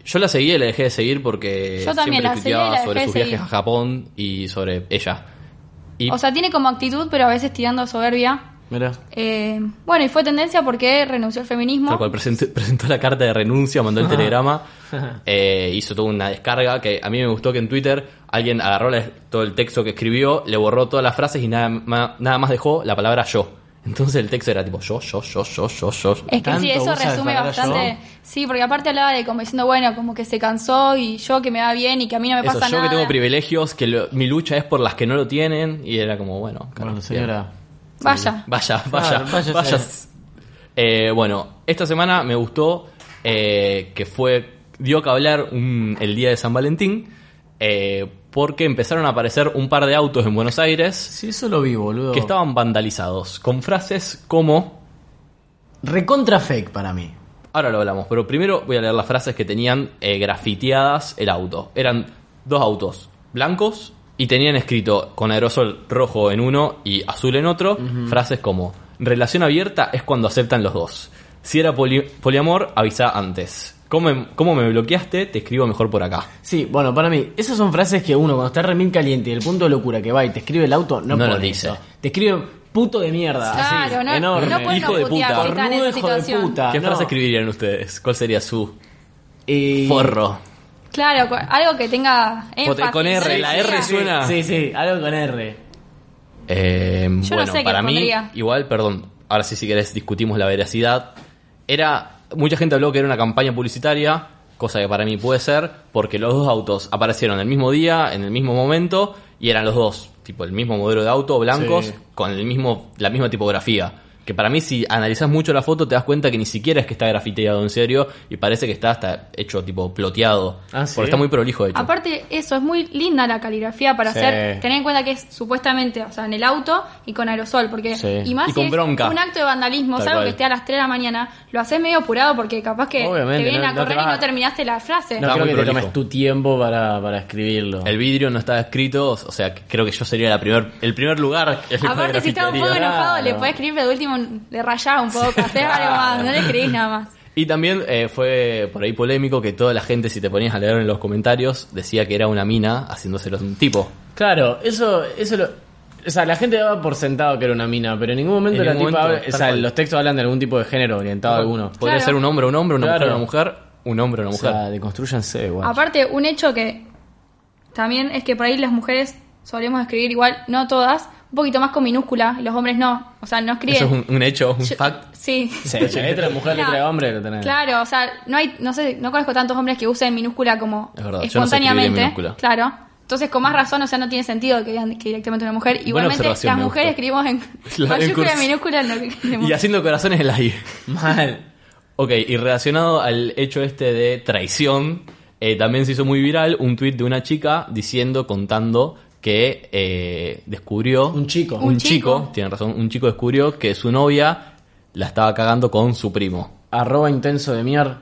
Speaker 5: Yo la seguí y la dejé de seguir porque
Speaker 3: Yo también la
Speaker 5: siempre
Speaker 3: seguí y la
Speaker 5: tuiteaba
Speaker 3: dejé
Speaker 5: sobre
Speaker 3: de
Speaker 5: sus
Speaker 3: seguir.
Speaker 5: viajes a Japón y sobre ella. Y
Speaker 3: O sea, tiene como actitud, pero a veces tirando a soberbia.
Speaker 4: Mira.
Speaker 3: Eh, bueno, y fue tendencia porque renunció al feminismo.
Speaker 5: Tal cual, presentó, presentó la carta de renuncia, mandó el telegrama, eh, hizo toda una descarga que a mí me gustó que en Twitter alguien agarró la- todo el texto que escribió, le borró todas las frases y nada, ma- nada más dejó la palabra yo. Entonces el texto era tipo yo, yo, yo, yo, yo, yo.
Speaker 3: Es que sí,
Speaker 4: ¿Tanto
Speaker 3: eso
Speaker 4: usa la
Speaker 3: resume
Speaker 4: palabra
Speaker 3: bastante. Sí, porque aparte hablaba de como diciendo, bueno, como que se cansó y yo que me va bien y que a mí no me
Speaker 5: Eso,
Speaker 3: pasa
Speaker 5: yo
Speaker 3: nada.
Speaker 5: que tengo privilegios, que lo- mi lucha es por las que no lo tienen, y era como, bueno, claro,
Speaker 4: Bueno,
Speaker 5: bien.
Speaker 4: señora.
Speaker 3: Vaya.
Speaker 5: Vaya, vaya,
Speaker 4: Claro,
Speaker 5: vaya.
Speaker 4: váyase.
Speaker 5: Eh, bueno, esta semana me gustó eh, que fue. dio que hablar un- el día de San Valentín. eh, porque empezaron a aparecer un par de autos en Buenos Aires
Speaker 4: Sí, eso lo vi, boludo.
Speaker 5: que estaban vandalizados. Con frases como.
Speaker 4: Recontra fake para mí.
Speaker 5: Ahora lo hablamos, pero primero voy a leer las frases que tenían eh, grafiteadas el auto. Eran dos autos blancos y tenían escrito con aerosol rojo en uno y azul en otro frases como relación abierta es cuando aceptan los dos. Si era poli- poliamor, avisa antes. ¿Cómo me, cómo me bloqueaste? Te escribo mejor por acá.
Speaker 4: Sí, bueno, para mí, esas son frases que uno cuando está remín caliente y el punto de locura que va y te escribe el auto, no,
Speaker 5: No lo
Speaker 4: pone
Speaker 5: dice.
Speaker 4: eso. Te escribe puto de mierda,
Speaker 3: Claro,
Speaker 4: así,
Speaker 3: no,
Speaker 4: enorme.
Speaker 3: no puedes
Speaker 5: Ah, Hijo de
Speaker 3: no putear
Speaker 5: puta.
Speaker 3: si está en
Speaker 4: Cornudo,
Speaker 3: esa
Speaker 4: hijo de
Speaker 3: situación.
Speaker 4: puta. Ah,
Speaker 5: ¿Qué
Speaker 4: no. Eh,
Speaker 5: frase escribirían ustedes? ¿Cuál sería su
Speaker 4: Y-
Speaker 5: forro?
Speaker 3: Claro, cu- algo que tenga énfasis.
Speaker 5: Con R, la R
Speaker 3: Sea-
Speaker 4: Sí,
Speaker 5: suena.
Speaker 4: Sí, sí, algo con R.
Speaker 5: Eh,
Speaker 3: Yo no
Speaker 5: bueno,
Speaker 3: sé qué
Speaker 5: para mí,
Speaker 3: pondría.
Speaker 5: igual, perdón, ahora sí si querés discutimos la veracidad. Era, mucha gente habló que era una campaña publicitaria, cosa que para mí puede ser, porque los dos autos aparecieron el mismo día, en el mismo momento, y eran los dos, tipo el mismo modelo de auto, blancos,
Speaker 4: Sí.
Speaker 5: con el mismo, la misma tipografía. Que para mí, si analizás mucho la foto, te das cuenta que ni siquiera es que está grafiteado en serio, y parece que está hasta hecho tipo ploteado.
Speaker 4: Ah, ¿sí?
Speaker 5: Porque está muy prolijo hecho.
Speaker 3: Aparte, eso, es muy linda la caligrafía para
Speaker 4: Sí.
Speaker 3: hacer. Tener en cuenta que es supuestamente, o sea, en el auto y con aerosol, porque.
Speaker 4: Sí.
Speaker 3: Y más
Speaker 5: Y
Speaker 3: si
Speaker 5: con
Speaker 3: es
Speaker 5: bronca.
Speaker 3: un acto de vandalismo,
Speaker 5: Tal
Speaker 3: es algo
Speaker 5: cual.
Speaker 3: que esté a las 3 de la mañana, lo haces medio apurado porque capaz que
Speaker 4: Obviamente,
Speaker 3: te vienen
Speaker 4: no-
Speaker 3: a
Speaker 4: no te
Speaker 3: correr
Speaker 4: vas
Speaker 3: y
Speaker 4: a-
Speaker 3: no terminaste la frase.
Speaker 4: No
Speaker 5: Está
Speaker 4: creo
Speaker 5: muy
Speaker 4: que te
Speaker 5: prolijo.
Speaker 4: tomes tu tiempo para, para escribirlo.
Speaker 5: El vidrio no estaba escrito, o sea, que creo que yo sería la primer, el primer lugar. en la
Speaker 3: Aparte, si estás un poco
Speaker 5: grafitería.
Speaker 3: enojado, le
Speaker 4: Claro.
Speaker 3: puedes escribir de último, le rayás un poco, haces algo más, no le escribís nada más.
Speaker 5: Y también eh, fue por ahí polémico que toda la gente, si te ponías a leer en los comentarios, decía que era una mina haciéndoselo a un tipo.
Speaker 4: Claro, eso, eso lo- O sea, la gente daba por sentado que era una mina, pero en ningún momento
Speaker 5: En
Speaker 4: la
Speaker 5: ningún
Speaker 4: tipa
Speaker 5: momento,
Speaker 4: habla- O
Speaker 5: tal
Speaker 4: sea,
Speaker 5: cual.
Speaker 4: los textos hablan de algún tipo de género orientado a alguno.
Speaker 5: Podría
Speaker 3: Claro.
Speaker 5: ser un hombre, un hombre, una
Speaker 4: Claro.
Speaker 5: mujer, una mujer, un hombre, una
Speaker 4: O
Speaker 5: mujer.
Speaker 4: sea, deconstruyanse, igual.
Speaker 3: Aparte, un hecho que también es que por ahí las mujeres solemos escribir igual, no todas, un poquito más con minúscula, y los hombres no. O sea, no escriben.
Speaker 5: Eso es un, un hecho, un
Speaker 3: Yo-
Speaker 5: fact.
Speaker 3: Sí.
Speaker 4: Sí, la letra de mujer, letra de hombre, lo
Speaker 5: Ah.
Speaker 4: tenés.
Speaker 3: Claro, o sea, no hay, no sé, no conozco tantos hombres que usen minúscula como
Speaker 5: Es verdad, yo no sé
Speaker 3: espontáneamente.
Speaker 5: escribir en minúscula.
Speaker 3: Claro. Entonces, con más razón, o sea, no tiene sentido que digan que directamente una mujer. Igualmente, las
Speaker 5: observación, me
Speaker 3: mujeres
Speaker 5: gustó.
Speaker 3: escribimos en
Speaker 5: La- en
Speaker 3: mayúscula,
Speaker 5: cursiva.
Speaker 3: minúscula, lo que queremos.
Speaker 5: Y haciendo corazones en el aire.
Speaker 4: Mal.
Speaker 5: Ok, y relacionado al hecho este de traición, eh, también se hizo muy viral un tuit de una chica diciendo, contando que eh, descubrió...
Speaker 4: Un chico.
Speaker 5: Un,
Speaker 3: Un
Speaker 5: chico,
Speaker 3: chico.
Speaker 5: tienen razón, un chico descubrió que su novia la estaba cagando con su primo.
Speaker 4: Arroba intenso de mier.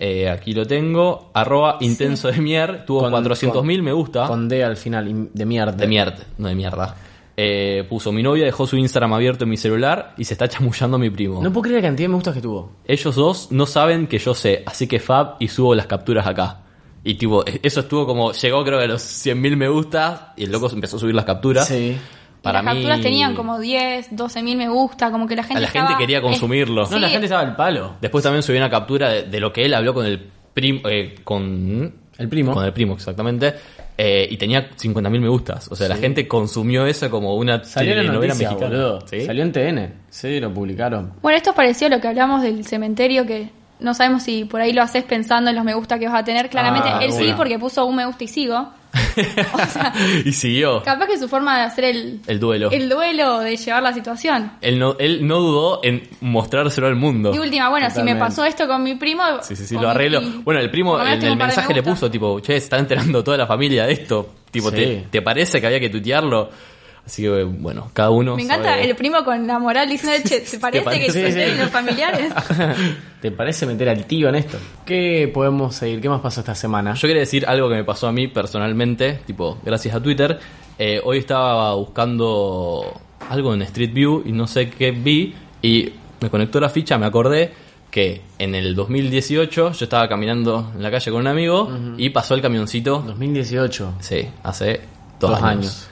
Speaker 5: Eh, aquí lo tengo, arroba intenso de mier, tuvo
Speaker 4: Con-
Speaker 5: 400.000
Speaker 4: con-
Speaker 5: me gusta.
Speaker 4: Con D al final, in- de mierda.
Speaker 5: ¿Ah? De mierda, no de mierda. Eh, puso, mi novia dejó su Instagram abierto en mi celular y se está chamullando a mi primo.
Speaker 4: No puedo creer la cantidad de me gustas que tuvo.
Speaker 5: Ellos dos no saben que yo sé, así que Fab y subo las capturas acá. Y tipo, e, eso estuvo como, llegó creo que a los 100.000 me gusta y el loco empezó a subir las capturas.
Speaker 4: Sí.
Speaker 3: Y
Speaker 5: Para
Speaker 3: las
Speaker 5: mí-
Speaker 3: capturas tenían como 10, 12 mil me gusta, como que la gente
Speaker 5: la gente
Speaker 3: estaba-
Speaker 5: quería consumirlo.
Speaker 4: No, la
Speaker 3: Sí.
Speaker 4: gente estaba al palo.
Speaker 5: Después también subió una captura de, de lo que él habló con el primo, eh, con...
Speaker 4: El primo.
Speaker 5: Con el primo, exactamente. Eh, y tenía 50.000 me gustas. O sea, la gente consumió eso como una
Speaker 4: Salió en la
Speaker 5: telenovela
Speaker 4: noticia,
Speaker 5: mexicana.
Speaker 4: boludo.
Speaker 5: ¿Sí?
Speaker 4: Salió en TN. Sí, lo publicaron.
Speaker 3: Bueno, esto es parecido a lo que hablamos del cementerio, que no sabemos si por ahí lo haces pensando en los me gusta que vas a tener. Claramente,
Speaker 4: Ah,
Speaker 3: él sí,
Speaker 4: bueno.
Speaker 3: porque puso un me gusta y sigo. O sea,
Speaker 5: y siguió
Speaker 3: capaz que su forma de hacer el,
Speaker 5: el duelo.
Speaker 3: el duelo, de llevar la situación.
Speaker 5: Él, no, él no dudó en mostrárselo al mundo.
Speaker 3: Y última, bueno, si
Speaker 4: Totalmente.
Speaker 3: me pasó esto con mi primo.
Speaker 5: Sí, sí, sí,
Speaker 3: con
Speaker 5: lo
Speaker 3: mi-
Speaker 5: arreglo.
Speaker 3: y-
Speaker 5: Bueno, el primo
Speaker 3: por lo menos
Speaker 5: en
Speaker 3: tengo
Speaker 5: el
Speaker 3: un par de
Speaker 5: mensaje
Speaker 3: me
Speaker 5: le
Speaker 3: gusta.
Speaker 5: puso tipo, che, se está enterando toda la familia de esto. Tipo,
Speaker 4: Sí.
Speaker 5: ¿te, te parece que había que tutearlo? Así que, bueno, cada uno.
Speaker 3: Me encanta
Speaker 5: sabe.
Speaker 3: el primo con la moral diciendo, che, ¿te parece, que
Speaker 5: parece?
Speaker 3: se
Speaker 4: Sí, sí.
Speaker 3: enteren los familiares?
Speaker 4: ¿Te parece meter al tío en esto? ¿Qué podemos seguir? ¿Qué más pasó esta semana?
Speaker 5: Yo quería decir algo que me pasó a mí personalmente, tipo, gracias a Twitter. Eh, hoy estaba buscando algo en Street View y no sé qué vi y me conectó la ficha, me acordé que en el 2018 yo estaba caminando en la calle con un amigo y pasó el camioncito
Speaker 4: 2018.
Speaker 5: Sí, hace dos,
Speaker 4: Dos
Speaker 5: años.
Speaker 4: años.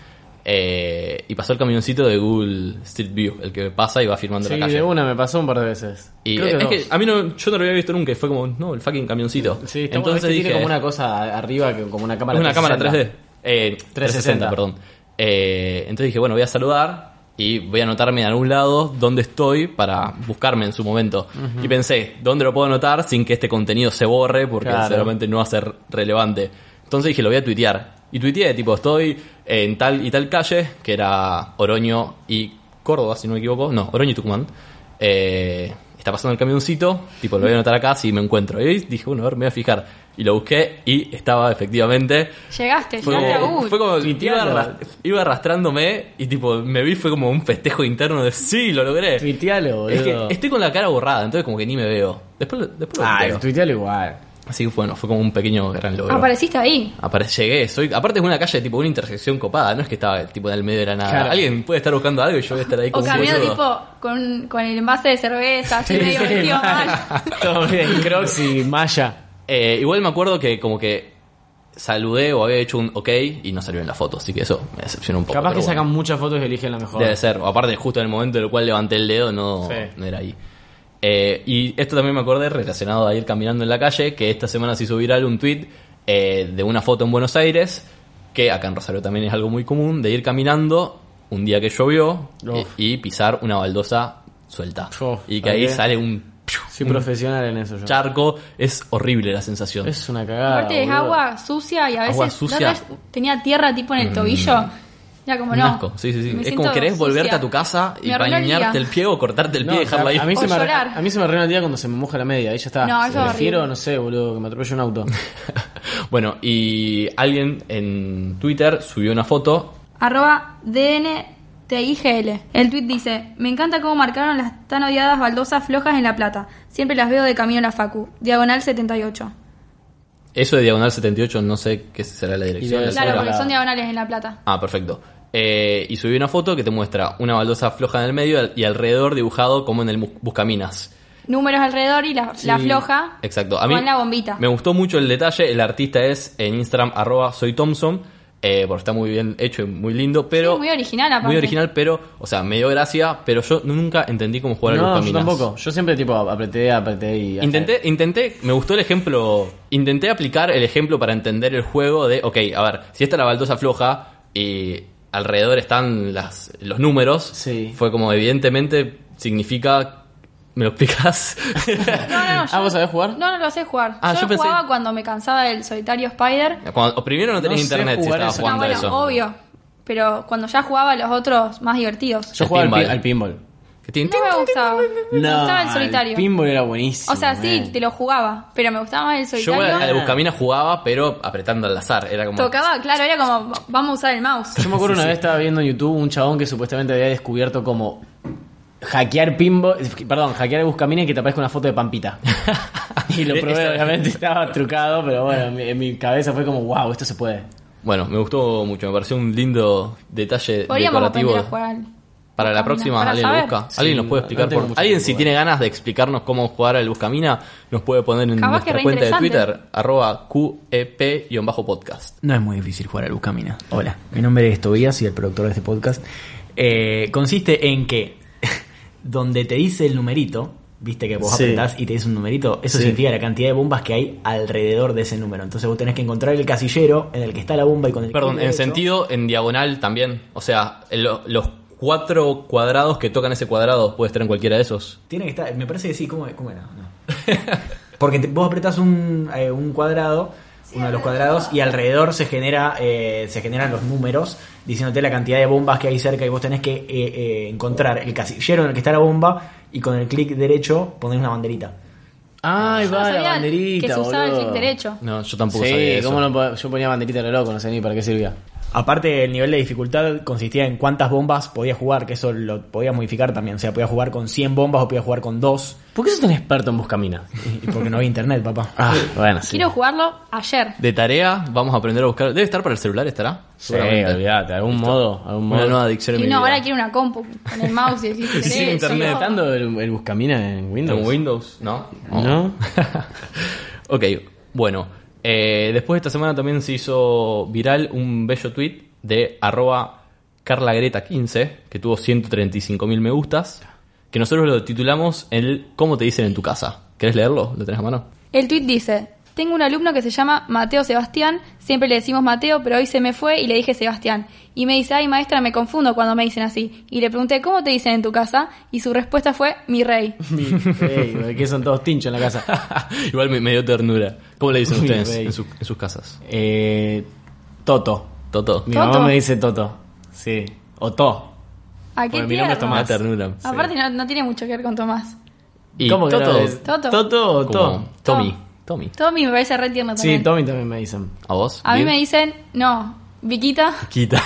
Speaker 5: Eh, y pasó el camioncito de Google Street View, el que pasa y va firmando
Speaker 4: Sí,
Speaker 5: la calle.
Speaker 4: de una me pasó un par de veces.
Speaker 5: Y
Speaker 4: Creo
Speaker 5: eh,
Speaker 4: que
Speaker 5: es
Speaker 4: dos.
Speaker 5: que a mí no, yo no lo había visto nunca, y fue como, no, el fucking camioncito.
Speaker 4: Sí, está bueno, es
Speaker 5: Entonces
Speaker 4: que
Speaker 5: dije,
Speaker 4: tiene como una cosa a- arriba, que, como una cámara
Speaker 5: es una cámara 3D.
Speaker 4: 360.
Speaker 5: Eh, 360,
Speaker 4: 360,
Speaker 5: perdón. Eh, entonces dije, bueno, voy a saludar y voy a anotarme en algún lado dónde estoy para buscarme en su momento. Y pensé, ¿dónde lo puedo anotar sin que este contenido se borre? Porque
Speaker 4: Claro.
Speaker 5: seguramente no va a ser relevante. Entonces dije, lo voy a tuitear. Y tuiteé, tipo, estoy en tal y tal calle, que era Oroño y Córdoba, si no me equivoco. No, Oroño y Tucumán. Eh, está pasando el camioncito, tipo, lo voy a anotar acá si me encuentro. Y dije, bueno, a ver, me voy a fijar. Y lo busqué y estaba efectivamente
Speaker 3: Llegaste,
Speaker 5: fue
Speaker 3: llegaste a
Speaker 5: como,
Speaker 3: Google.
Speaker 5: fue como que iba,
Speaker 4: Tuitealo.
Speaker 5: arras- iba arrastrándome y tipo me vi fue como un festejo interno de sí, lo logré.
Speaker 4: Tuitealo,
Speaker 5: es que
Speaker 4: boludo.
Speaker 5: estoy con la cara borrada, entonces como que ni me veo. Después, lo- después lo
Speaker 4: Ay,
Speaker 5: tuiteo.
Speaker 4: tuitealo igual.
Speaker 5: Así que bueno, fue como un pequeño gran logro.
Speaker 3: Apareciste ahí.
Speaker 5: Apare- llegué, soy, aparte es una calle tipo una intersección copada, no es que estaba tipo en el medio de la nada.
Speaker 4: Claro.
Speaker 5: Alguien puede estar buscando algo y yo voy a estar ahí
Speaker 3: O
Speaker 5: como un
Speaker 3: cambiando
Speaker 5: boludo.
Speaker 3: tipo con, con el envase de cerveza, así medio vestido
Speaker 4: mal.
Speaker 3: mal.
Speaker 4: Todo bien, Crocs y Maya.
Speaker 5: Eh, igual me acuerdo que como que saludé o había hecho un ok y no salió en la foto, así que eso me decepcionó un poco.
Speaker 4: Capaz
Speaker 5: pero
Speaker 4: que
Speaker 5: bueno.
Speaker 4: sacan muchas fotos y eligen la mejor.
Speaker 5: Debe ser. O aparte, justo en el momento en el cual levanté el dedo, no,
Speaker 4: Sí.
Speaker 5: no era ahí. Eh, y esto también me acordé relacionado a ir caminando en la calle, que esta semana se hizo viral un tweet de una foto en Buenos Aires, que acá en Rosario también es algo muy común, de ir caminando un día que llovió eh,
Speaker 4: Uf.
Speaker 5: y, y pisar una baldosa suelta.
Speaker 4: Uf,
Speaker 5: y que ahí
Speaker 4: también.
Speaker 5: sale un Mm.
Speaker 4: Soy profesional en eso yo.
Speaker 5: charco. Es horrible la sensación.
Speaker 4: Es una cagada.
Speaker 3: Aparte es
Speaker 4: boludo.
Speaker 3: agua sucia y a veces
Speaker 5: Agua
Speaker 3: la
Speaker 5: sucia. Mm.
Speaker 3: otra vez tenía tierra tipo en el tobillo. Ya como
Speaker 5: Un
Speaker 3: no.
Speaker 5: asco. Sí, sí, sí.
Speaker 3: me
Speaker 5: Es como
Speaker 3: siento
Speaker 5: querés volverte
Speaker 3: sucia.
Speaker 5: a tu casa y
Speaker 3: Me arruinó el día.
Speaker 5: bañarte el, pie o cortarte el
Speaker 4: No,
Speaker 5: pie y
Speaker 4: o sea,
Speaker 5: dejarla ahí.
Speaker 4: a mí,
Speaker 3: O
Speaker 4: se me arre-
Speaker 3: llorar.
Speaker 4: a mí se me arruina el día cuando se me moja la media, ahí ya está.
Speaker 3: No, eso es
Speaker 4: Prefiero,
Speaker 3: horrible.
Speaker 4: no sé, boludo, que me atropelle un auto.
Speaker 5: Bueno, y alguien en Twitter subió una foto.
Speaker 3: Arroba DNTIGL. El tweet dice: Me encanta cómo marcaron las tan odiadas baldosas flojas en La Plata. Siempre las veo de camino a la Facu. Diagonal 78.
Speaker 5: Eso de diagonal 78, no sé qué será la dirección.
Speaker 4: Ideal.
Speaker 5: la
Speaker 3: Claro,
Speaker 5: altura.
Speaker 3: porque son diagonales en La Plata.
Speaker 5: Ah, perfecto. Eh, y subió una foto que te muestra una baldosa floja en el medio y alrededor dibujado como en el bus- buscaminas.
Speaker 3: Números alrededor y la, la floja.
Speaker 5: Exacto. A mí
Speaker 3: Con la bombita.
Speaker 5: Me gustó mucho el detalle. El artista es en Instagram, arroba soy Thompson. eh, porque está muy bien hecho y muy lindo, pero...
Speaker 3: Sí, muy original, aparte.
Speaker 5: Muy original, pero, o sea, me dio gracia, pero yo nunca entendí cómo jugar al
Speaker 4: No, yo
Speaker 5: buscaminas.
Speaker 4: tampoco. Yo siempre tipo apreté, apreté y...
Speaker 5: Intenté, intenté, me gustó el ejemplo, intenté aplicar el ejemplo para entender el juego de, ok, a ver, si está la baldosa floja y alrededor están las, los números,
Speaker 4: Sí.
Speaker 5: fue como evidentemente significa, ¿me lo explicas?
Speaker 3: No, no, no, yo-
Speaker 4: Ah, ¿vos sabés jugar?
Speaker 3: No, no lo sé jugar.
Speaker 5: Ah,
Speaker 3: yo,
Speaker 5: yo
Speaker 3: lo
Speaker 5: pensé-
Speaker 3: jugaba cuando me cansaba del solitario Spider.
Speaker 5: Cuando- o primero no tenés
Speaker 4: No sé
Speaker 5: internet si
Speaker 4: jugar
Speaker 5: estabas
Speaker 4: eso.
Speaker 5: jugando
Speaker 3: no, bueno,
Speaker 5: a eso.
Speaker 3: obvio. Pero cuando ya jugaba a los otros más divertidos.
Speaker 4: Yo
Speaker 5: El
Speaker 4: jugaba al pi-
Speaker 5: pinball.
Speaker 4: al pinball.
Speaker 5: Que tiene-
Speaker 3: No me gustaba. me gustaba el
Speaker 4: El
Speaker 3: solitario.
Speaker 4: pinball era buenísimo.
Speaker 3: o sea, sí,
Speaker 4: man.
Speaker 3: te lo jugaba. Pero me gustaba más el
Speaker 5: Yo
Speaker 3: solitario.
Speaker 5: al Buscamina jugaba, pero apretando al azar. Era como.
Speaker 3: Tocaba, claro, era como, vamos a usar el mouse.
Speaker 4: Yo me acuerdo una vez estaba viendo en YouTube un chabón que supuestamente había descubierto como hackear pinball, perdón, hackear buscamina y que te aparezca una foto de Pampita. y lo probé,
Speaker 5: Esta-
Speaker 4: obviamente estaba trucado, pero bueno, en mi, en mi cabeza fue como, wow, esto se puede.
Speaker 5: Bueno, me gustó mucho, me pareció un lindo detalle
Speaker 3: Podríamos
Speaker 5: decorativo.
Speaker 3: aprender a jugar al-
Speaker 5: Para la
Speaker 3: Buscamina,
Speaker 5: próxima,
Speaker 3: para
Speaker 5: ¿alguien lo
Speaker 3: saber.
Speaker 5: busca?
Speaker 4: Sí,
Speaker 5: ¿Alguien nos
Speaker 4: no-
Speaker 5: puede
Speaker 4: no
Speaker 5: explicar?
Speaker 4: tengo
Speaker 5: por-
Speaker 4: mucho
Speaker 5: ¿Alguien
Speaker 4: tiempo,
Speaker 5: si
Speaker 4: eh.
Speaker 5: tiene ganas de explicarnos cómo jugar al Buscamina? Nos puede poner en
Speaker 3: Capaz que
Speaker 5: nuestra
Speaker 3: re
Speaker 5: cuenta de Twitter,
Speaker 3: interesante.
Speaker 5: arroba E QEP-podcast.
Speaker 7: No es muy difícil jugar al Buscamina. Hola, mi nombre es Tobías y el productor de este podcast. Eh, consiste en que donde te dice el numerito, viste que vos
Speaker 4: Sí.
Speaker 7: apretás y te dice un numerito, eso
Speaker 4: Sí.
Speaker 7: significa la cantidad de bombas que hay alrededor de ese número. Entonces vos tenés que encontrar el casillero en el que está la bomba y con el
Speaker 5: Perdón,
Speaker 7: clic
Speaker 5: en
Speaker 7: derecho-
Speaker 5: sentido, E en diagonal también. O sea, en lo- los cuatro cuadrados que tocan ese cuadrado, puede estar en cualquiera de esos.
Speaker 7: Tiene que estar, me parece que sí, ¿cómo, cómo era? No. Porque te- vos apretás un, eh, un cuadrado, uno de los cuadrados, y alrededor se genera eh, se generan los números, diciéndote la cantidad de bombas que hay cerca y vos tenés que eh, eh, encontrar el casillero en el que está la bomba y con el clic derecho poner una banderita.
Speaker 4: Ay,
Speaker 3: No
Speaker 4: va, la
Speaker 3: sabía
Speaker 4: banderita.
Speaker 3: que se usaba el
Speaker 4: boludo.
Speaker 3: clic derecho.
Speaker 5: No, yo tampoco sabía
Speaker 4: Sí,
Speaker 5: eso.
Speaker 4: ¿cómo no po- yo ponía banderita de loco, no sé ni para qué servía.
Speaker 7: Aparte, el nivel de dificultad consistía en cuántas bombas podías jugar, que eso lo podías modificar también. O sea, podías jugar con 100 bombas o podías jugar con 2,
Speaker 4: ¿Por qué sos tan experto en buscamina?
Speaker 7: y- y porque no había internet, papá.
Speaker 4: Ah, bueno, sí.
Speaker 3: Quiero jugarlo ayer.
Speaker 5: De tarea, vamos a aprender a buscar. Debe estar para el celular, estará.
Speaker 4: Sí, olvídate, algún modo, algún
Speaker 5: Una
Speaker 4: modo.
Speaker 5: nueva adicción en
Speaker 3: Y
Speaker 5: mi
Speaker 3: no,
Speaker 5: vida.
Speaker 3: ahora quiero una compu con el mouse y el clic
Speaker 5: sin
Speaker 3: derecho.
Speaker 5: internet.
Speaker 4: ¿Estando el, el buscamina en Windows?
Speaker 5: ¿En Windows? No.
Speaker 4: No.
Speaker 5: ok, bueno. eh, después esta semana también se hizo viral un bello tweet de arroba carlagreta15 que tuvo 135.000 me gustas que nosotros lo titulamos el ¿Cómo te dicen en tu casa? ¿Querés leerlo? ¿Lo tenés a mano?
Speaker 3: El tuit dice, tengo un alumno que se llama Mateo Sebastián, siempre le decimos Mateo, pero hoy se me fue y le dije Sebastián. Y me dice, ay maestra, me confundo cuando me dicen así. Y le pregunté, ¿cómo te dicen en tu casa? Y su respuesta fue, mi rey.
Speaker 4: Ey, que son todos tinchos en la casa.
Speaker 5: Igual me, me dio ternura. ¿Cómo le dicen
Speaker 4: Uy,
Speaker 5: ustedes
Speaker 4: rey.
Speaker 5: en, su- en sus casas?
Speaker 4: Eh, Toto.
Speaker 5: Toto.
Speaker 4: Mi
Speaker 3: ¿Toto?
Speaker 4: mamá me dice Toto. Sí. O To.
Speaker 3: ¿A qué
Speaker 5: Porque mi nombre
Speaker 3: tierno?
Speaker 5: es Tomás. Da ternura.
Speaker 3: Aparte no, no tiene mucho que ver con Tomás.
Speaker 5: Y
Speaker 4: ¿Cómo que no
Speaker 5: Toto.
Speaker 4: es?
Speaker 3: Toto.
Speaker 4: Toto o To.
Speaker 5: como Tommy.
Speaker 3: Tom.
Speaker 5: Tommy.
Speaker 3: Tommy me parece re tierno
Speaker 4: Sí,
Speaker 3: también.
Speaker 4: Tommy también me dicen.
Speaker 5: ¿A vos?
Speaker 3: A mí
Speaker 5: Liv?
Speaker 3: me dicen, no, Viquita
Speaker 5: Quita.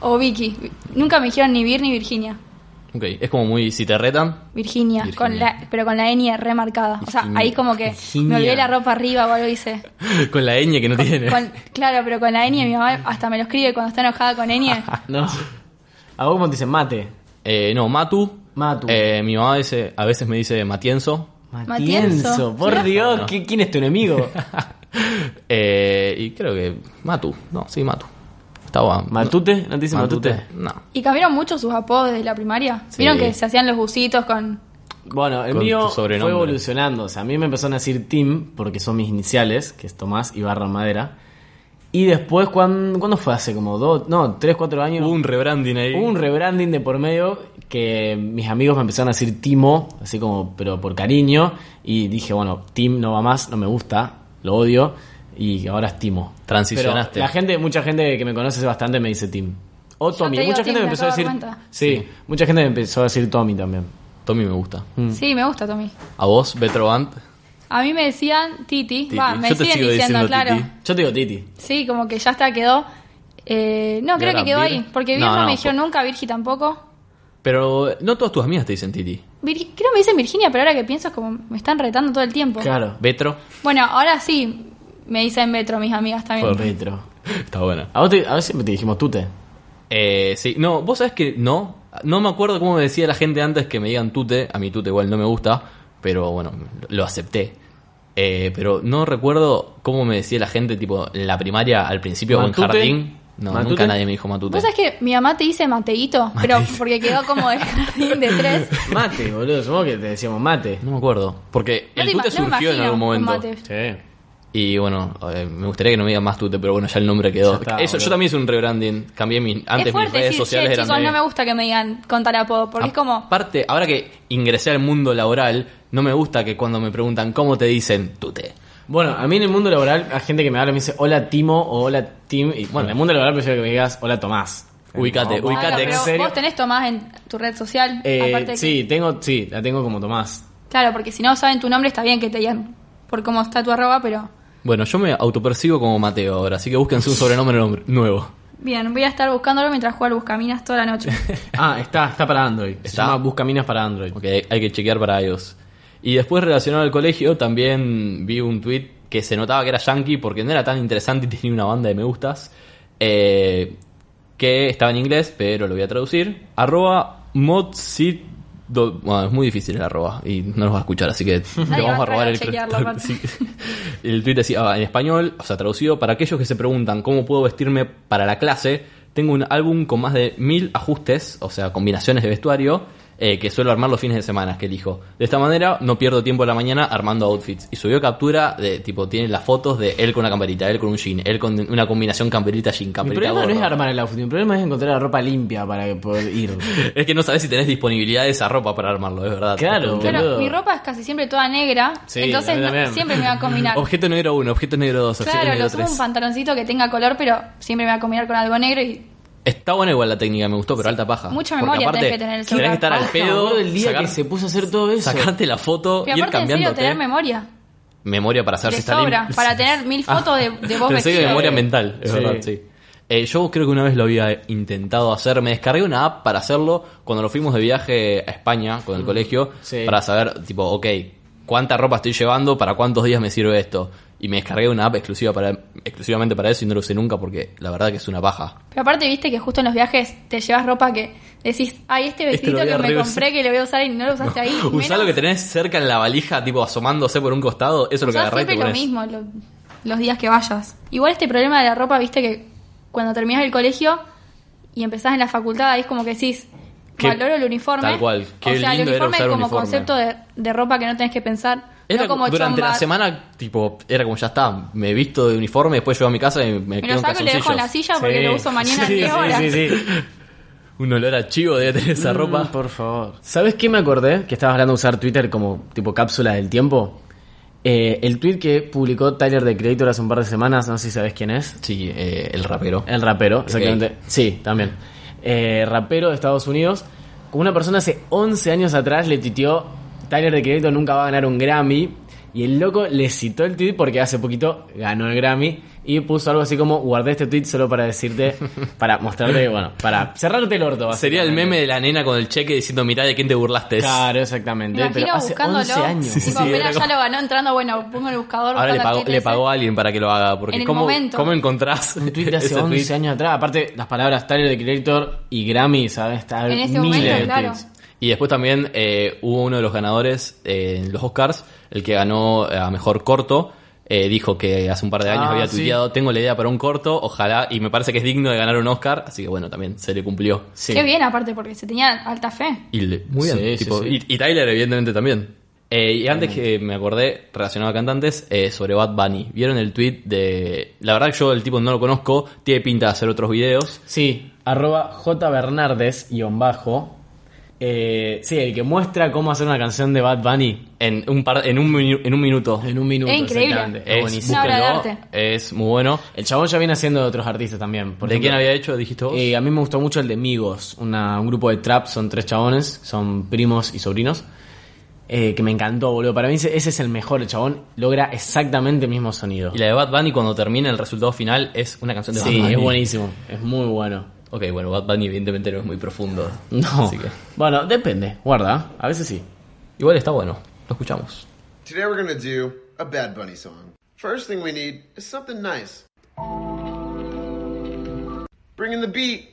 Speaker 3: o Vicky. Nunca me dijeron ni Vir ni Virginia.
Speaker 5: ok, es como muy. Si te retan,
Speaker 3: Virginia,
Speaker 5: Virginia.
Speaker 3: Con la, pero con la ñ remarcada. O sea,
Speaker 5: Virginia.
Speaker 3: ahí como que me olvidé la ropa arriba o algo hice.
Speaker 5: Con la ñ que no tiene.
Speaker 3: Con- claro, pero con la ñ mi mamá hasta me lo escribe cuando está enojada con ñ.
Speaker 4: No. A vos cómo te dicen mate.
Speaker 5: Eh, no, Matu.
Speaker 4: Matu.
Speaker 5: Eh, mi mamá dice, a veces me dice Matienzo.
Speaker 3: Matienzo.
Speaker 4: Matienzo. Por
Speaker 3: Mirá.
Speaker 4: Dios,
Speaker 5: No.
Speaker 4: ¿qué- ¿quién es tu enemigo?
Speaker 5: Eh, y creo que Matu. No, sí, Matu. Estaba.
Speaker 4: ¿Matute? ¿No te dicen Matute?
Speaker 5: No.
Speaker 3: ¿Y cambiaron mucho sus apodos desde la primaria?
Speaker 5: Sí.
Speaker 3: ¿Vieron que se hacían los bucitos con...?
Speaker 4: Bueno, el
Speaker 5: Con
Speaker 4: mío
Speaker 5: tu
Speaker 4: fue
Speaker 5: sobrenombre.
Speaker 4: evolucionando. O sea, a mí me empezaron a decir Tim, porque son mis iniciales, que es Tomás y barra madera. Y después, ¿cuándo, ¿cuándo fue? Hace como dos, no, tres, cuatro años.
Speaker 5: Hubo un rebranding ahí.
Speaker 4: Hubo un rebranding de por medio que mis amigos me empezaron a decir Timo, así como, pero por cariño. Y dije, bueno, Tim no va más, no me gusta, lo odio. Y ahora es Timo.
Speaker 5: Transicionaste.
Speaker 4: Pero la gente, mucha gente que me conoce bastante me dice Tim. O
Speaker 3: Yo
Speaker 4: Tommy.
Speaker 3: te digo
Speaker 4: Mucha
Speaker 3: Tim,
Speaker 4: gente me
Speaker 3: me
Speaker 4: empezó a decir.
Speaker 3: acabo de dar cuenta.
Speaker 4: Sí, mucha gente me empezó a decir Tommy también.
Speaker 5: Tommy me gusta.
Speaker 4: Mm.
Speaker 3: Sí, me gusta, Tommy.
Speaker 5: A vos, Betro Band.
Speaker 3: A mí me decían Titi.
Speaker 5: Titi.
Speaker 3: Va, me
Speaker 5: Yo te
Speaker 3: siguen
Speaker 5: sigo
Speaker 3: diciendo,
Speaker 5: diciendo
Speaker 3: claro.
Speaker 5: Titi.
Speaker 4: Yo te digo Titi.
Speaker 3: Sí, como que ya está, quedó. Eh, no,
Speaker 5: ¿Y
Speaker 3: creo
Speaker 5: ahora
Speaker 3: que quedó
Speaker 5: Vir?
Speaker 3: ahí. Porque Vir
Speaker 5: No,
Speaker 3: no,
Speaker 5: no,
Speaker 3: me dijeron
Speaker 5: por-
Speaker 3: nunca, Virgi tampoco.
Speaker 5: Pero no todas tus amigas te dicen Titi.
Speaker 3: Vir- creo que me dicen Virginia, pero ahora que pienso es como me están retando todo el tiempo.
Speaker 4: Claro.
Speaker 5: Betro.
Speaker 3: Bueno, ahora sí me dicen Metro mis amigas también.
Speaker 4: Por Petro.
Speaker 5: Está buena.
Speaker 4: A, vos te- a vos siempre te dijimos Tute.
Speaker 5: Eh, sí, no, vos sabés que no. No me acuerdo cómo me decía la gente antes que me digan tute. A mí tute igual no me gusta, pero bueno, lo acepté. Eh, pero no recuerdo cómo me decía la gente, tipo, en la primaria al principio o en
Speaker 4: ¿Matute?
Speaker 5: jardín. No,
Speaker 4: ¿Matute?
Speaker 5: nunca nadie me dijo matute.
Speaker 3: Vos sabés que mi mamá te dice Mateito, pero
Speaker 5: Mateito.
Speaker 3: porque quedó como de jardín de tres.
Speaker 4: Mate, boludo, somos que te decíamos mate.
Speaker 5: No me acuerdo. Porque
Speaker 3: No
Speaker 5: el
Speaker 3: te
Speaker 5: tute
Speaker 3: ima- no me
Speaker 5: surgió en
Speaker 3: imagino
Speaker 5: algún
Speaker 3: un
Speaker 5: momento.
Speaker 3: mate.
Speaker 4: Sí.
Speaker 5: Y bueno, eh, me gustaría que no me digan más tute, pero bueno, ya el nombre quedó.
Speaker 4: Ya está,
Speaker 5: Eso,
Speaker 4: boludo.
Speaker 5: yo también hice un rebranding. Cambié mi, antes
Speaker 3: es
Speaker 5: mis
Speaker 3: fuerte
Speaker 5: redes
Speaker 3: decir,
Speaker 5: sociales
Speaker 3: che,
Speaker 5: eran
Speaker 3: chicos,
Speaker 5: de-
Speaker 3: no me gusta que me digan con tal apodo,
Speaker 4: Ah,
Speaker 3: porque es como,
Speaker 5: Aparte, ahora que ingresé al mundo laboral, no me gusta que cuando me preguntan cómo te dicen tute.
Speaker 4: Bueno, a mí en el mundo laboral, hay gente que me habla y me dice hola Timo o hola Tim. Y bueno, en el mundo laboral prefiero que me digas hola Tomás.
Speaker 5: Ubicate,
Speaker 4: No,
Speaker 5: ubicate.
Speaker 3: Claro,
Speaker 4: ¿en
Speaker 3: pero
Speaker 4: serio?
Speaker 3: vos tenés Tomás en tu red social,
Speaker 4: Eh,
Speaker 3: aparte de que-
Speaker 4: sí, tengo, sí, la tengo como Tomás.
Speaker 3: Claro, porque si no saben tu nombre está bien que te digan por cómo está tu arroba, pero
Speaker 5: Bueno, yo me autopercibo como Mateo ahora, así que búsquense un sobrenombre nom- nuevo.
Speaker 3: bien, voy a estar buscándolo mientras juego al Buscaminas toda la noche.
Speaker 4: Ah, está, está para Android. Se
Speaker 5: Está.
Speaker 4: llama Buscaminas para Android.
Speaker 5: Ok, hay que chequear para iOS. Y después, relacionado al colegio, también vi un tweet que se notaba que era yankee porque no era tan interesante y tenía una banda de me gustas. eh, que estaba en inglés, pero lo voy a traducir. Arroba modsit. do- Bueno, es muy difícil el arroba y no los va a escuchar, así que le
Speaker 3: va a
Speaker 5: vamos a
Speaker 3: entrar
Speaker 5: robar
Speaker 3: a
Speaker 5: el
Speaker 3: chequearlo,
Speaker 5: crédito.
Speaker 3: aparte.
Speaker 5: Sí. El tweet decía ah, en español, o sea, traducido, para aquellos que se preguntan cómo puedo vestirme para la clase, tengo un álbum con más de mil ajustes, o sea, combinaciones de vestuario, eh, que suelo armar los fines de semana, que elijo. De esta manera no pierdo tiempo a la mañana armando outfits. Y subió captura de, tipo, tiene las fotos de él con una camperita, él con un jean, él con una combinación camperita jean,
Speaker 4: Mi
Speaker 5: camperita
Speaker 4: problema no es
Speaker 5: gorro.
Speaker 4: armar el outfit, mi problema es encontrar la ropa limpia para poder ir.
Speaker 5: Es que no sabes si tenés disponibilidad de esa ropa para armarlo, es verdad.
Speaker 4: Claro,
Speaker 5: Te- te-
Speaker 3: claro,
Speaker 4: Boludo.
Speaker 3: mi ropa es casi siempre toda negra,
Speaker 4: Sí, a
Speaker 3: entonces
Speaker 4: mí
Speaker 3: no-
Speaker 4: también.
Speaker 3: siempre me va a combinar.
Speaker 5: Objeto negro 1, objeto negro 2, objeto
Speaker 3: claro,
Speaker 5: negro
Speaker 3: lo subo
Speaker 5: 3.
Speaker 3: un pantaloncito que tenga color, pero siempre me va a combinar con algo negro y
Speaker 5: Está buena igual la técnica, me gustó, pero alta paja.
Speaker 3: mucha
Speaker 5: Porque
Speaker 3: memoria
Speaker 5: aparte,
Speaker 3: tenés que tener el celular.
Speaker 5: que estar al
Speaker 3: Paja,
Speaker 5: pedo,
Speaker 4: el día
Speaker 5: sacar-
Speaker 4: que se puso a hacer todo eso.
Speaker 5: sacarte la foto,
Speaker 3: pero
Speaker 5: ir
Speaker 3: aparte en serio
Speaker 5: cambiándote.
Speaker 3: tener memoria.
Speaker 5: memoria para saber
Speaker 3: De
Speaker 5: si está limpio. Ah.
Speaker 3: sobra, para tener mil fotos de- de vos
Speaker 5: Pensé que
Speaker 3: vestido.
Speaker 5: memoria mental, es
Speaker 4: Sí.
Speaker 5: verdad, sí. Eh, yo creo que una vez lo había intentado hacer. Me descargué una app para hacerlo cuando nos fuimos de viaje a España
Speaker 3: Mm.
Speaker 5: con el colegio.
Speaker 4: sí.
Speaker 5: Para saber, tipo, ok, cuánta ropa estoy llevando, para cuántos días me sirve esto. Y me descargué una app exclusiva para, exclusivamente para eso y no lo usé nunca porque la verdad que es una paja.
Speaker 3: Pero aparte viste que justo en los viajes te llevas ropa que decís, ay, este
Speaker 5: Este
Speaker 3: vestidito
Speaker 5: lo voy a
Speaker 3: que me
Speaker 5: reusar".
Speaker 3: compré que lo voy a usar y no lo usaste ahí.
Speaker 5: Usá
Speaker 3: menos-
Speaker 5: lo que tenés cerca en la valija, tipo asomándose por un costado, eso es lo que
Speaker 3: Usás
Speaker 5: agarrás y te
Speaker 3: siempre lo
Speaker 5: ponés.
Speaker 3: mismo lo- los días que vayas. Igual este problema de la ropa, viste que cuando terminás el colegio y empezás en la facultad, ahí es como que decís,
Speaker 5: Qué-
Speaker 3: valoro el uniforme.
Speaker 5: tal cual, qué
Speaker 3: o sea, el
Speaker 5: lindo era
Speaker 3: uniforme
Speaker 5: usar
Speaker 3: como
Speaker 5: uniforme.
Speaker 3: concepto de, de ropa que no tenés que pensar.
Speaker 5: Era
Speaker 3: no como
Speaker 5: durante
Speaker 3: chomba.
Speaker 5: la semana, tipo, era como ya está, me visto de uniforme, después llevo a mi casa y me,
Speaker 3: Me
Speaker 5: quedo
Speaker 3: lo
Speaker 5: en
Speaker 3: saco y le dejo en la
Speaker 5: calzoncillos.
Speaker 3: silla Ah, porque
Speaker 4: Sí.
Speaker 3: lo uso mañana
Speaker 4: Sí,
Speaker 3: en 10
Speaker 4: sí,
Speaker 3: horas.
Speaker 4: Sí, sí,
Speaker 5: Un olor a chivo debe tener
Speaker 3: Mm.
Speaker 5: esa ropa.
Speaker 4: Por favor. ¿Sabes qué me acordé? Que estabas hablando de usar Twitter como tipo cápsula del tiempo. Eh, el tweet que publicó Tyler de Creator hace un par de semanas, no sé si sabes quién es.
Speaker 5: Sí, eh, el rapero.
Speaker 4: El rapero, exactamente. Sí, también. Eh, rapero de Estados Unidos. Una persona hace 11 años atrás le titió Tyler de Crédito nunca va a ganar un Grammy. Y el loco le citó el tweet porque hace poquito ganó el Grammy y puso algo así como guardé este tweet solo para decirte, para mostrarte, bueno, para cerrarte el orto.
Speaker 5: Sería el meme de la nena con el cheque diciendo, mirá de quién te burlaste.
Speaker 4: Claro,
Speaker 3: Me
Speaker 4: exactamente.
Speaker 3: imagino
Speaker 4: Pero hace
Speaker 3: buscándolo.
Speaker 4: 11 años.
Speaker 3: tipo,
Speaker 5: sí, sí,
Speaker 3: mira,
Speaker 5: era
Speaker 3: ya lo ganó entrando, bueno, pongo el buscador.
Speaker 5: Ahora le
Speaker 3: buscando
Speaker 5: pagó,
Speaker 3: quién
Speaker 5: le
Speaker 3: es
Speaker 5: pagó
Speaker 3: él.
Speaker 5: a alguien para que lo haga, porque
Speaker 3: En el
Speaker 5: ¿cómo,
Speaker 3: momento.
Speaker 5: ¿cómo encontrás
Speaker 4: Un tweet de hace
Speaker 5: ese
Speaker 4: 11
Speaker 5: tweet?
Speaker 4: años atrás. Aparte, las palabras Tyler de Creator y Grammy, ¿sabes? Está
Speaker 3: En ese
Speaker 4: miles
Speaker 3: momento,
Speaker 4: de
Speaker 3: claro.
Speaker 4: tweets.
Speaker 5: Y después también eh, hubo uno de los ganadores eh, en los Oscars, el que ganó a mejor corto. eh, dijo que hace un par de años
Speaker 4: Ah,
Speaker 5: había
Speaker 4: sí.
Speaker 5: tuiteado, tengo la idea para un corto, ojalá, y me parece que es digno de ganar un Oscar, así que bueno, también se le cumplió.
Speaker 4: Sí.
Speaker 3: Qué bien, aparte, porque se tenía alta fe.
Speaker 5: Y le- muy bien.
Speaker 4: Sí, sí,
Speaker 5: tipo,
Speaker 4: sí. Mm.
Speaker 5: Y, y Tyler, evidentemente, también. Eh, y antes que me acordé, relacionado a cantantes, eh, sobre Bad Bunny. ¿Vieron el tweet de... La verdad que yo el tipo no lo conozco, tiene pinta de hacer otros videos.
Speaker 4: Sí, arroba jbernardes guión bajo. Eh, sí, el que muestra cómo hacer una canción de Bad Bunny
Speaker 5: En un, par, en un, minu- en un minuto.
Speaker 4: en un minuto.
Speaker 3: Es increíble.
Speaker 4: exactamente. Es
Speaker 5: Es,
Speaker 4: buenísimo.
Speaker 3: Una obra de
Speaker 5: búsquenlo,
Speaker 3: arte.
Speaker 5: es muy bueno.
Speaker 4: El chabón ya viene haciendo de otros artistas también. Por
Speaker 5: ¿De
Speaker 4: ejemplo,
Speaker 5: quién había hecho? Dijiste vos.
Speaker 4: eh, a mí me gustó mucho el de Migos, una- un grupo de trap, son tres chabones, son primos y sobrinos. eh, que me encantó, boludo. Para mí ese ese es el mejor, el chabón logra exactamente el mismo sonido.
Speaker 5: y la de Bad Bunny cuando termina el resultado final es una canción de Bad
Speaker 4: Sí,
Speaker 5: Bunny.
Speaker 4: es buenísimo, es muy bueno.
Speaker 5: Ok, bueno, Bad Bunny evidentemente no es muy profundo.
Speaker 4: No.
Speaker 5: Así que-
Speaker 4: Bueno, depende, guarda, a veces sí.
Speaker 5: Igual está bueno, lo escuchamos.
Speaker 8: Today we're gonna do a Bad Bunny song. First thing we need is something nice. Bring in the beat.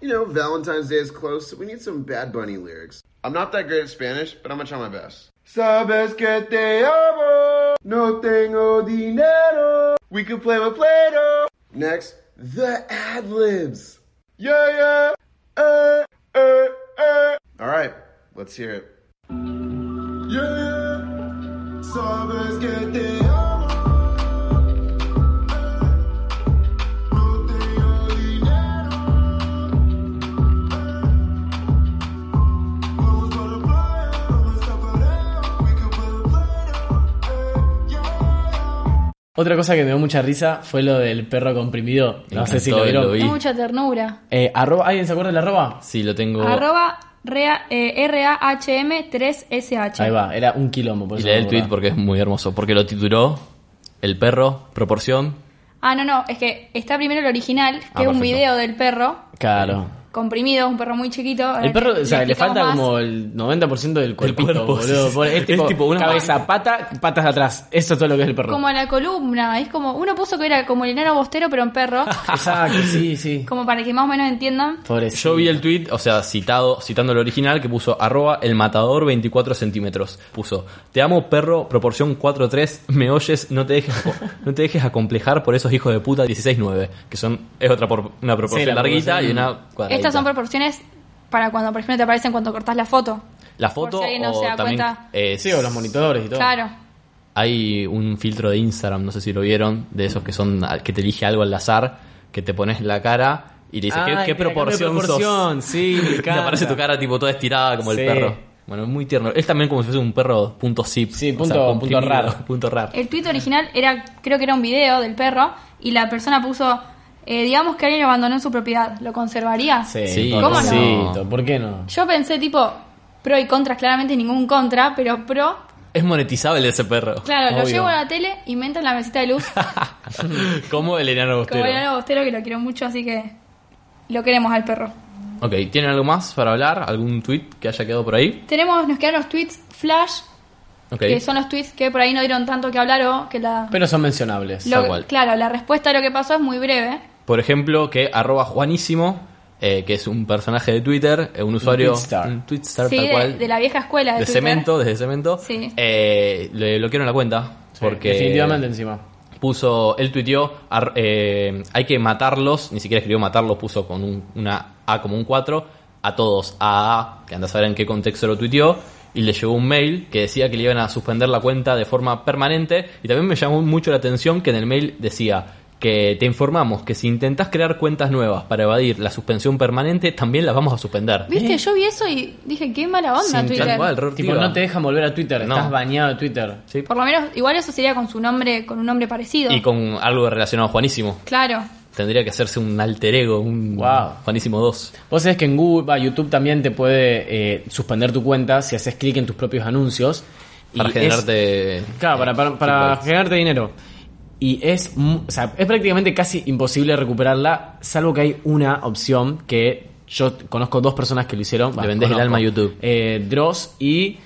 Speaker 8: You know, Valentine's Day is close, so we need some Bad Bunny lyrics. I'm not that great at Spanish, but I'm gonna try my best. Sabes que te amo. No tengo dinero. We could play with Play-Doh. Next, the ad-libs. Yeah, yeah. Uh, uh, uh. All right, let's hear it. Yeah, yeah. Sabes que te amo. Eh, no tengo dinero. Eh, Vamos para la playa, no me escaparé. We could play with Play-Doh. Eh, yeah, yeah.
Speaker 4: Otra cosa que me dio mucha risa fue lo del perro comprimido.
Speaker 5: Me
Speaker 4: No sé si lo
Speaker 5: encantó, lo
Speaker 4: vieron.
Speaker 5: vi.
Speaker 3: Da mucha ternura.
Speaker 4: Eh, arroba, ¿Alguien se acuerda del arroba?
Speaker 5: Sí, lo tengo.
Speaker 3: Arroba rea- eh, RAHM3SH.
Speaker 4: Ahí va, era un quilombo. por
Speaker 5: y
Speaker 4: eso
Speaker 5: leí
Speaker 4: me
Speaker 5: el tweet
Speaker 4: acordaba.
Speaker 5: porque es muy hermoso. Porque lo tituló El perro, proporción.
Speaker 3: Ah, no, no, es que está primero el original, que
Speaker 5: Ah,
Speaker 3: es un
Speaker 5: perfecto.
Speaker 3: video del perro
Speaker 4: Claro.
Speaker 3: comprimido, un perro muy chiquito. Ahora
Speaker 4: El perro,
Speaker 3: te-
Speaker 4: o sea, le
Speaker 3: explicamos
Speaker 4: falta
Speaker 3: más.
Speaker 4: como el 90% del cuerpito,
Speaker 5: cuerpo, sí,
Speaker 4: boludo.
Speaker 5: sí.
Speaker 4: Pobre- Es
Speaker 5: Es
Speaker 4: tipo,
Speaker 5: tipo una-
Speaker 4: cabeza, pata, patas atrás. Eso es todo lo que es el perro.
Speaker 3: Como a la columna, es como, uno puso que era como el enano bostero, pero en perro,
Speaker 4: Exacto, sí, sí.
Speaker 3: como para que más o menos entiendan.
Speaker 4: Pobrecito.
Speaker 5: Yo vi el tweet, o sea, citado, citando el original, que puso arroba el matador 24 centímetros. Puso, te amo perro, proporción 4-3, me oyes, no te dejes aco- no te dejes acomplejar por esos hijos de puta 16-9, que son, es otra por- una proporción
Speaker 4: Sí, la
Speaker 5: larguita
Speaker 4: proporción-
Speaker 5: y una cuadradita.
Speaker 3: Estas son proporciones para cuando, por ejemplo, te aparecen cuando cortás la foto.
Speaker 5: La foto
Speaker 3: por si alguien no
Speaker 5: o
Speaker 3: se da
Speaker 5: también,
Speaker 3: cuenta.
Speaker 5: eh,
Speaker 4: Sí, o los monitores y todo.
Speaker 3: Claro.
Speaker 5: Hay un filtro de Instagram, no sé si lo vieron, de esos que son ah, que te elige algo al azar, que te pones la cara y te dice
Speaker 4: Ay,
Speaker 5: ¿qué,
Speaker 4: Ah, mira,
Speaker 5: qué proporción,
Speaker 4: qué proporción, Sí, me
Speaker 5: sos. Te aparece
Speaker 4: encanta.
Speaker 5: tu cara tipo toda estirada como
Speaker 4: Sí.
Speaker 5: el perro. Bueno, es muy tierno. Es también como si fuese un perro punto zip.
Speaker 4: Sí,
Speaker 5: o
Speaker 4: punto-
Speaker 5: sea,
Speaker 4: punto
Speaker 5: comprimido,
Speaker 4: raro.
Speaker 5: punto raro.
Speaker 3: El tweet original era, creo que era un video del perro, y la persona puso, eh, digamos que alguien lo abandonó en su propiedad, ¿lo conservaría?
Speaker 4: Sí,
Speaker 5: Sí,
Speaker 3: ¿cómo no?
Speaker 4: pobrecito, ¿Por qué no?
Speaker 3: Yo pensé tipo pro y contra, claramente ningún contra, pero pro,
Speaker 5: Es monetizable ese perro.
Speaker 3: claro, lo
Speaker 4: Obvio.
Speaker 3: llevo a la tele y me entra en la mesita de luz,
Speaker 5: como el enano
Speaker 3: como
Speaker 5: bostero.
Speaker 3: el bostero que lo quiero mucho, así que lo queremos al perro.
Speaker 5: Ok, ¿tienen algo más para hablar? ¿Algún tweet que haya quedado por ahí?
Speaker 3: Tenemos, nos quedan los tweets flash,
Speaker 5: Ok.
Speaker 3: que son los tweets que por ahí no dieron tanto que hablar o que la...
Speaker 4: Pero son mencionables.
Speaker 3: lo-
Speaker 5: tal cual.
Speaker 3: claro, la respuesta a lo que pasó es muy breve.
Speaker 5: Por ejemplo, que arroba Juanísimo, eh, que es un personaje de Twitter, eh, un usuario.
Speaker 4: tweetstar.
Speaker 5: un tweetstar
Speaker 3: sí,
Speaker 5: tal
Speaker 3: de,
Speaker 5: cual.
Speaker 3: de la vieja escuela. De,
Speaker 5: de
Speaker 3: Twitter.
Speaker 5: cemento, desde cemento.
Speaker 3: Sí.
Speaker 5: Eh, le bloquearon la cuenta.
Speaker 4: Sí,
Speaker 5: Porque
Speaker 4: Definitivamente encima.
Speaker 5: puso, él tuiteó, ar- eh, hay que matarlos, ni siquiera escribió matarlos, puso con un- una A como un 4, a todos, a A, que anda a saber en qué contexto lo tuiteó, y le llegó un mail que decía que le iban a suspender la cuenta de forma permanente, y también me llamó mucho la atención que en el mail decía que te informamos que si intentás crear cuentas nuevas para evadir la suspensión permanente, también las vamos a suspender.
Speaker 3: Viste, yo vi eso y dije, qué mala onda
Speaker 4: Sin
Speaker 3: Twitter.
Speaker 5: Eh. Tal cual, re
Speaker 4: Tipo,
Speaker 5: ortiva.
Speaker 4: no te dejan volver a Twitter,
Speaker 5: No.
Speaker 4: estás bañado de Twitter.
Speaker 5: Sí.
Speaker 3: Por lo menos, igual eso sería con su nombre, con un nombre parecido.
Speaker 5: Y con algo relacionado a Juanísimo.
Speaker 3: Claro.
Speaker 5: Tendría que hacerse un alter ego, un
Speaker 4: Wow.
Speaker 5: Juanísimo 2.
Speaker 4: Vos sabés que en Google, va, YouTube también te puede eh, suspender tu cuenta si haces clic en tus propios anuncios. Y
Speaker 5: Para
Speaker 4: es-
Speaker 5: generarte.
Speaker 4: Claro, para, para, para
Speaker 5: clickbait.
Speaker 4: generarte dinero. Y es, mu- o sea, es prácticamente casi imposible recuperarla, salvo que hay una opción que yo conozco dos personas que lo hicieron.
Speaker 5: Le vendés el
Speaker 4: conozco.
Speaker 5: alma a YouTube.
Speaker 4: Eh, Dross y...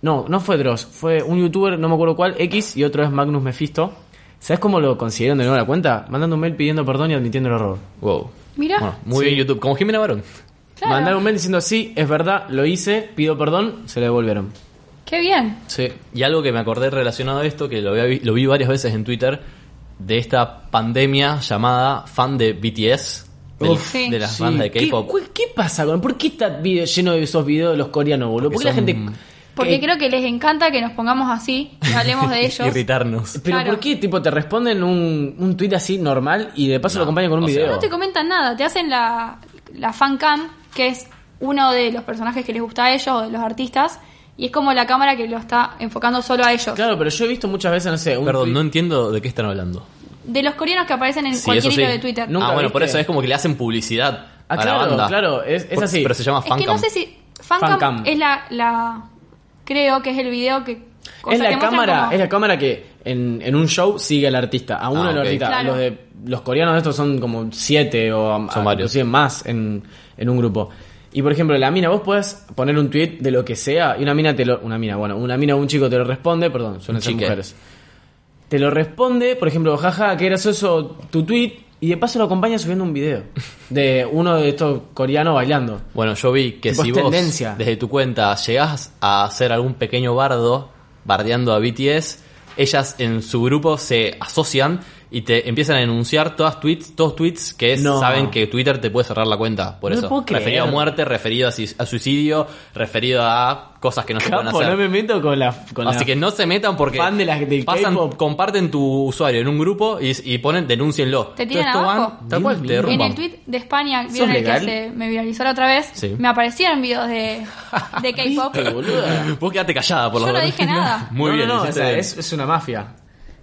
Speaker 4: No, no fue Dross, fue un youtuber, no me acuerdo cuál, X, y otro es Magnus Mephisto. ¿Sabes cómo lo consiguieron de nuevo la cuenta? Mandando un mail pidiendo perdón y admitiendo el error.
Speaker 5: Wow.
Speaker 3: Mirá.
Speaker 5: Bueno, muy bien, YouTube. Como Jimena Barón.
Speaker 3: Claro.
Speaker 4: Mandaron un mail diciendo, sí, es verdad, lo hice, pido perdón, se lo devolvieron.
Speaker 3: Qué bien.
Speaker 5: Sí. Y algo que me acordé relacionado a esto, que lo, había vi, lo vi varias veces en Twitter, de esta pandemia llamada fan de BTS. del-
Speaker 4: Uf,
Speaker 3: Sí.
Speaker 5: de las
Speaker 4: Sí,
Speaker 5: bandas de
Speaker 4: ¿qué-
Speaker 5: K-pop.
Speaker 4: cu- ¿Qué, pasa con.? ¿Por qué está vi- lleno de esos videos de los coreanos, boludo? ¿Por qué
Speaker 5: Porque
Speaker 4: la gente.?
Speaker 5: son-
Speaker 3: Porque
Speaker 4: Eh,
Speaker 3: creo que les encanta que nos pongamos así y hablemos de ellos.
Speaker 5: Irritarnos.
Speaker 4: Pero
Speaker 3: Claro.
Speaker 4: ¿por qué? Tipo, te responden un, un tweet así normal y de paso lo acompañan con un
Speaker 5: o sea,
Speaker 4: video.
Speaker 3: No te comentan nada, te hacen la, la fan cam, que es uno de los personajes que les gusta a ellos o de los artistas, y es como la cámara que lo está enfocando solo a ellos.
Speaker 4: Claro, pero yo he visto muchas veces, no sé. Un
Speaker 5: Perdón,
Speaker 4: tuit-
Speaker 5: no entiendo de qué están hablando.
Speaker 3: De los coreanos que aparecen en cualquier hilo de Twitter.
Speaker 4: Nunca
Speaker 5: ah, bueno,
Speaker 4: viste.
Speaker 5: por eso es como que le hacen publicidad
Speaker 4: Ah,
Speaker 5: a la
Speaker 4: claro,
Speaker 5: banda.
Speaker 4: claro, es- es
Speaker 5: Por-
Speaker 4: así.
Speaker 5: Pero se llama
Speaker 3: es
Speaker 5: fancam.
Speaker 3: que no sé si fan,
Speaker 4: Fan
Speaker 3: cam,
Speaker 4: cam.
Speaker 3: es la, la... Creo que es el video que... o
Speaker 4: Es
Speaker 3: sea, que
Speaker 4: la
Speaker 3: muestran
Speaker 4: cámara,
Speaker 3: como-
Speaker 4: es la cámara que en, en un show sigue al artista, a uno
Speaker 5: Ah,
Speaker 4: de los
Speaker 5: ok.
Speaker 4: artistas.
Speaker 3: Claro.
Speaker 4: Los de los coreanos estos son como siete o a-
Speaker 5: Son
Speaker 4: a-
Speaker 5: varios.
Speaker 4: inclusive más en, en un grupo. Y por ejemplo, la mina, vos podés poner un tweet de lo que sea y una mina te lo una mina, bueno, una mina o un chico te lo responde, perdón, suelen
Speaker 5: Un
Speaker 4: ser
Speaker 5: chique.
Speaker 4: mujeres. Te lo responde, por ejemplo, jaja, qué gracioso tu tweet y de paso lo acompaña subiendo un video. de uno de estos coreanos bailando.
Speaker 5: Bueno, yo vi que
Speaker 4: Tipo,
Speaker 5: si
Speaker 4: es
Speaker 5: vos
Speaker 4: tendencia.
Speaker 5: desde tu cuenta llegás a hacer algún pequeño bardo bardeando a BTS, ellas en su grupo se asocian y te empiezan a denunciar todas tweets, todos tweets que es-
Speaker 4: No.
Speaker 5: saben que Twitter te puede cerrar la cuenta por
Speaker 4: No
Speaker 5: eso.
Speaker 4: puedo creer.
Speaker 5: referido a muerte, referido a, si- a suicidio, referido a cosas que no se
Speaker 4: Capo,
Speaker 5: pueden
Speaker 4: no
Speaker 5: hacer.
Speaker 4: me meto con la. Con
Speaker 5: Así
Speaker 4: la-
Speaker 5: que no se metan porque
Speaker 4: Fan de las- del
Speaker 5: pasan,
Speaker 4: K-pop.
Speaker 5: comparten tu usuario en un grupo y, y ponen denúncienlo.
Speaker 3: Te tiran
Speaker 5: Entonces, esto
Speaker 3: abajo.
Speaker 5: van- tal cual,
Speaker 4: Dios
Speaker 5: te
Speaker 4: mío.
Speaker 3: En
Speaker 5: derrumban.
Speaker 3: el tweet de España, vieron el que
Speaker 4: legal?
Speaker 3: se me viralizó la otra vez,
Speaker 5: Sí.
Speaker 3: me aparecieron videos de, de K-pop.
Speaker 5: Vos quedate callada por
Speaker 3: Yo
Speaker 5: la
Speaker 3: no dije nada.
Speaker 5: Muy
Speaker 4: No,
Speaker 5: bien,
Speaker 4: no, no, o
Speaker 5: hiciste
Speaker 4: sea,
Speaker 5: bien.
Speaker 4: es, es una mafia.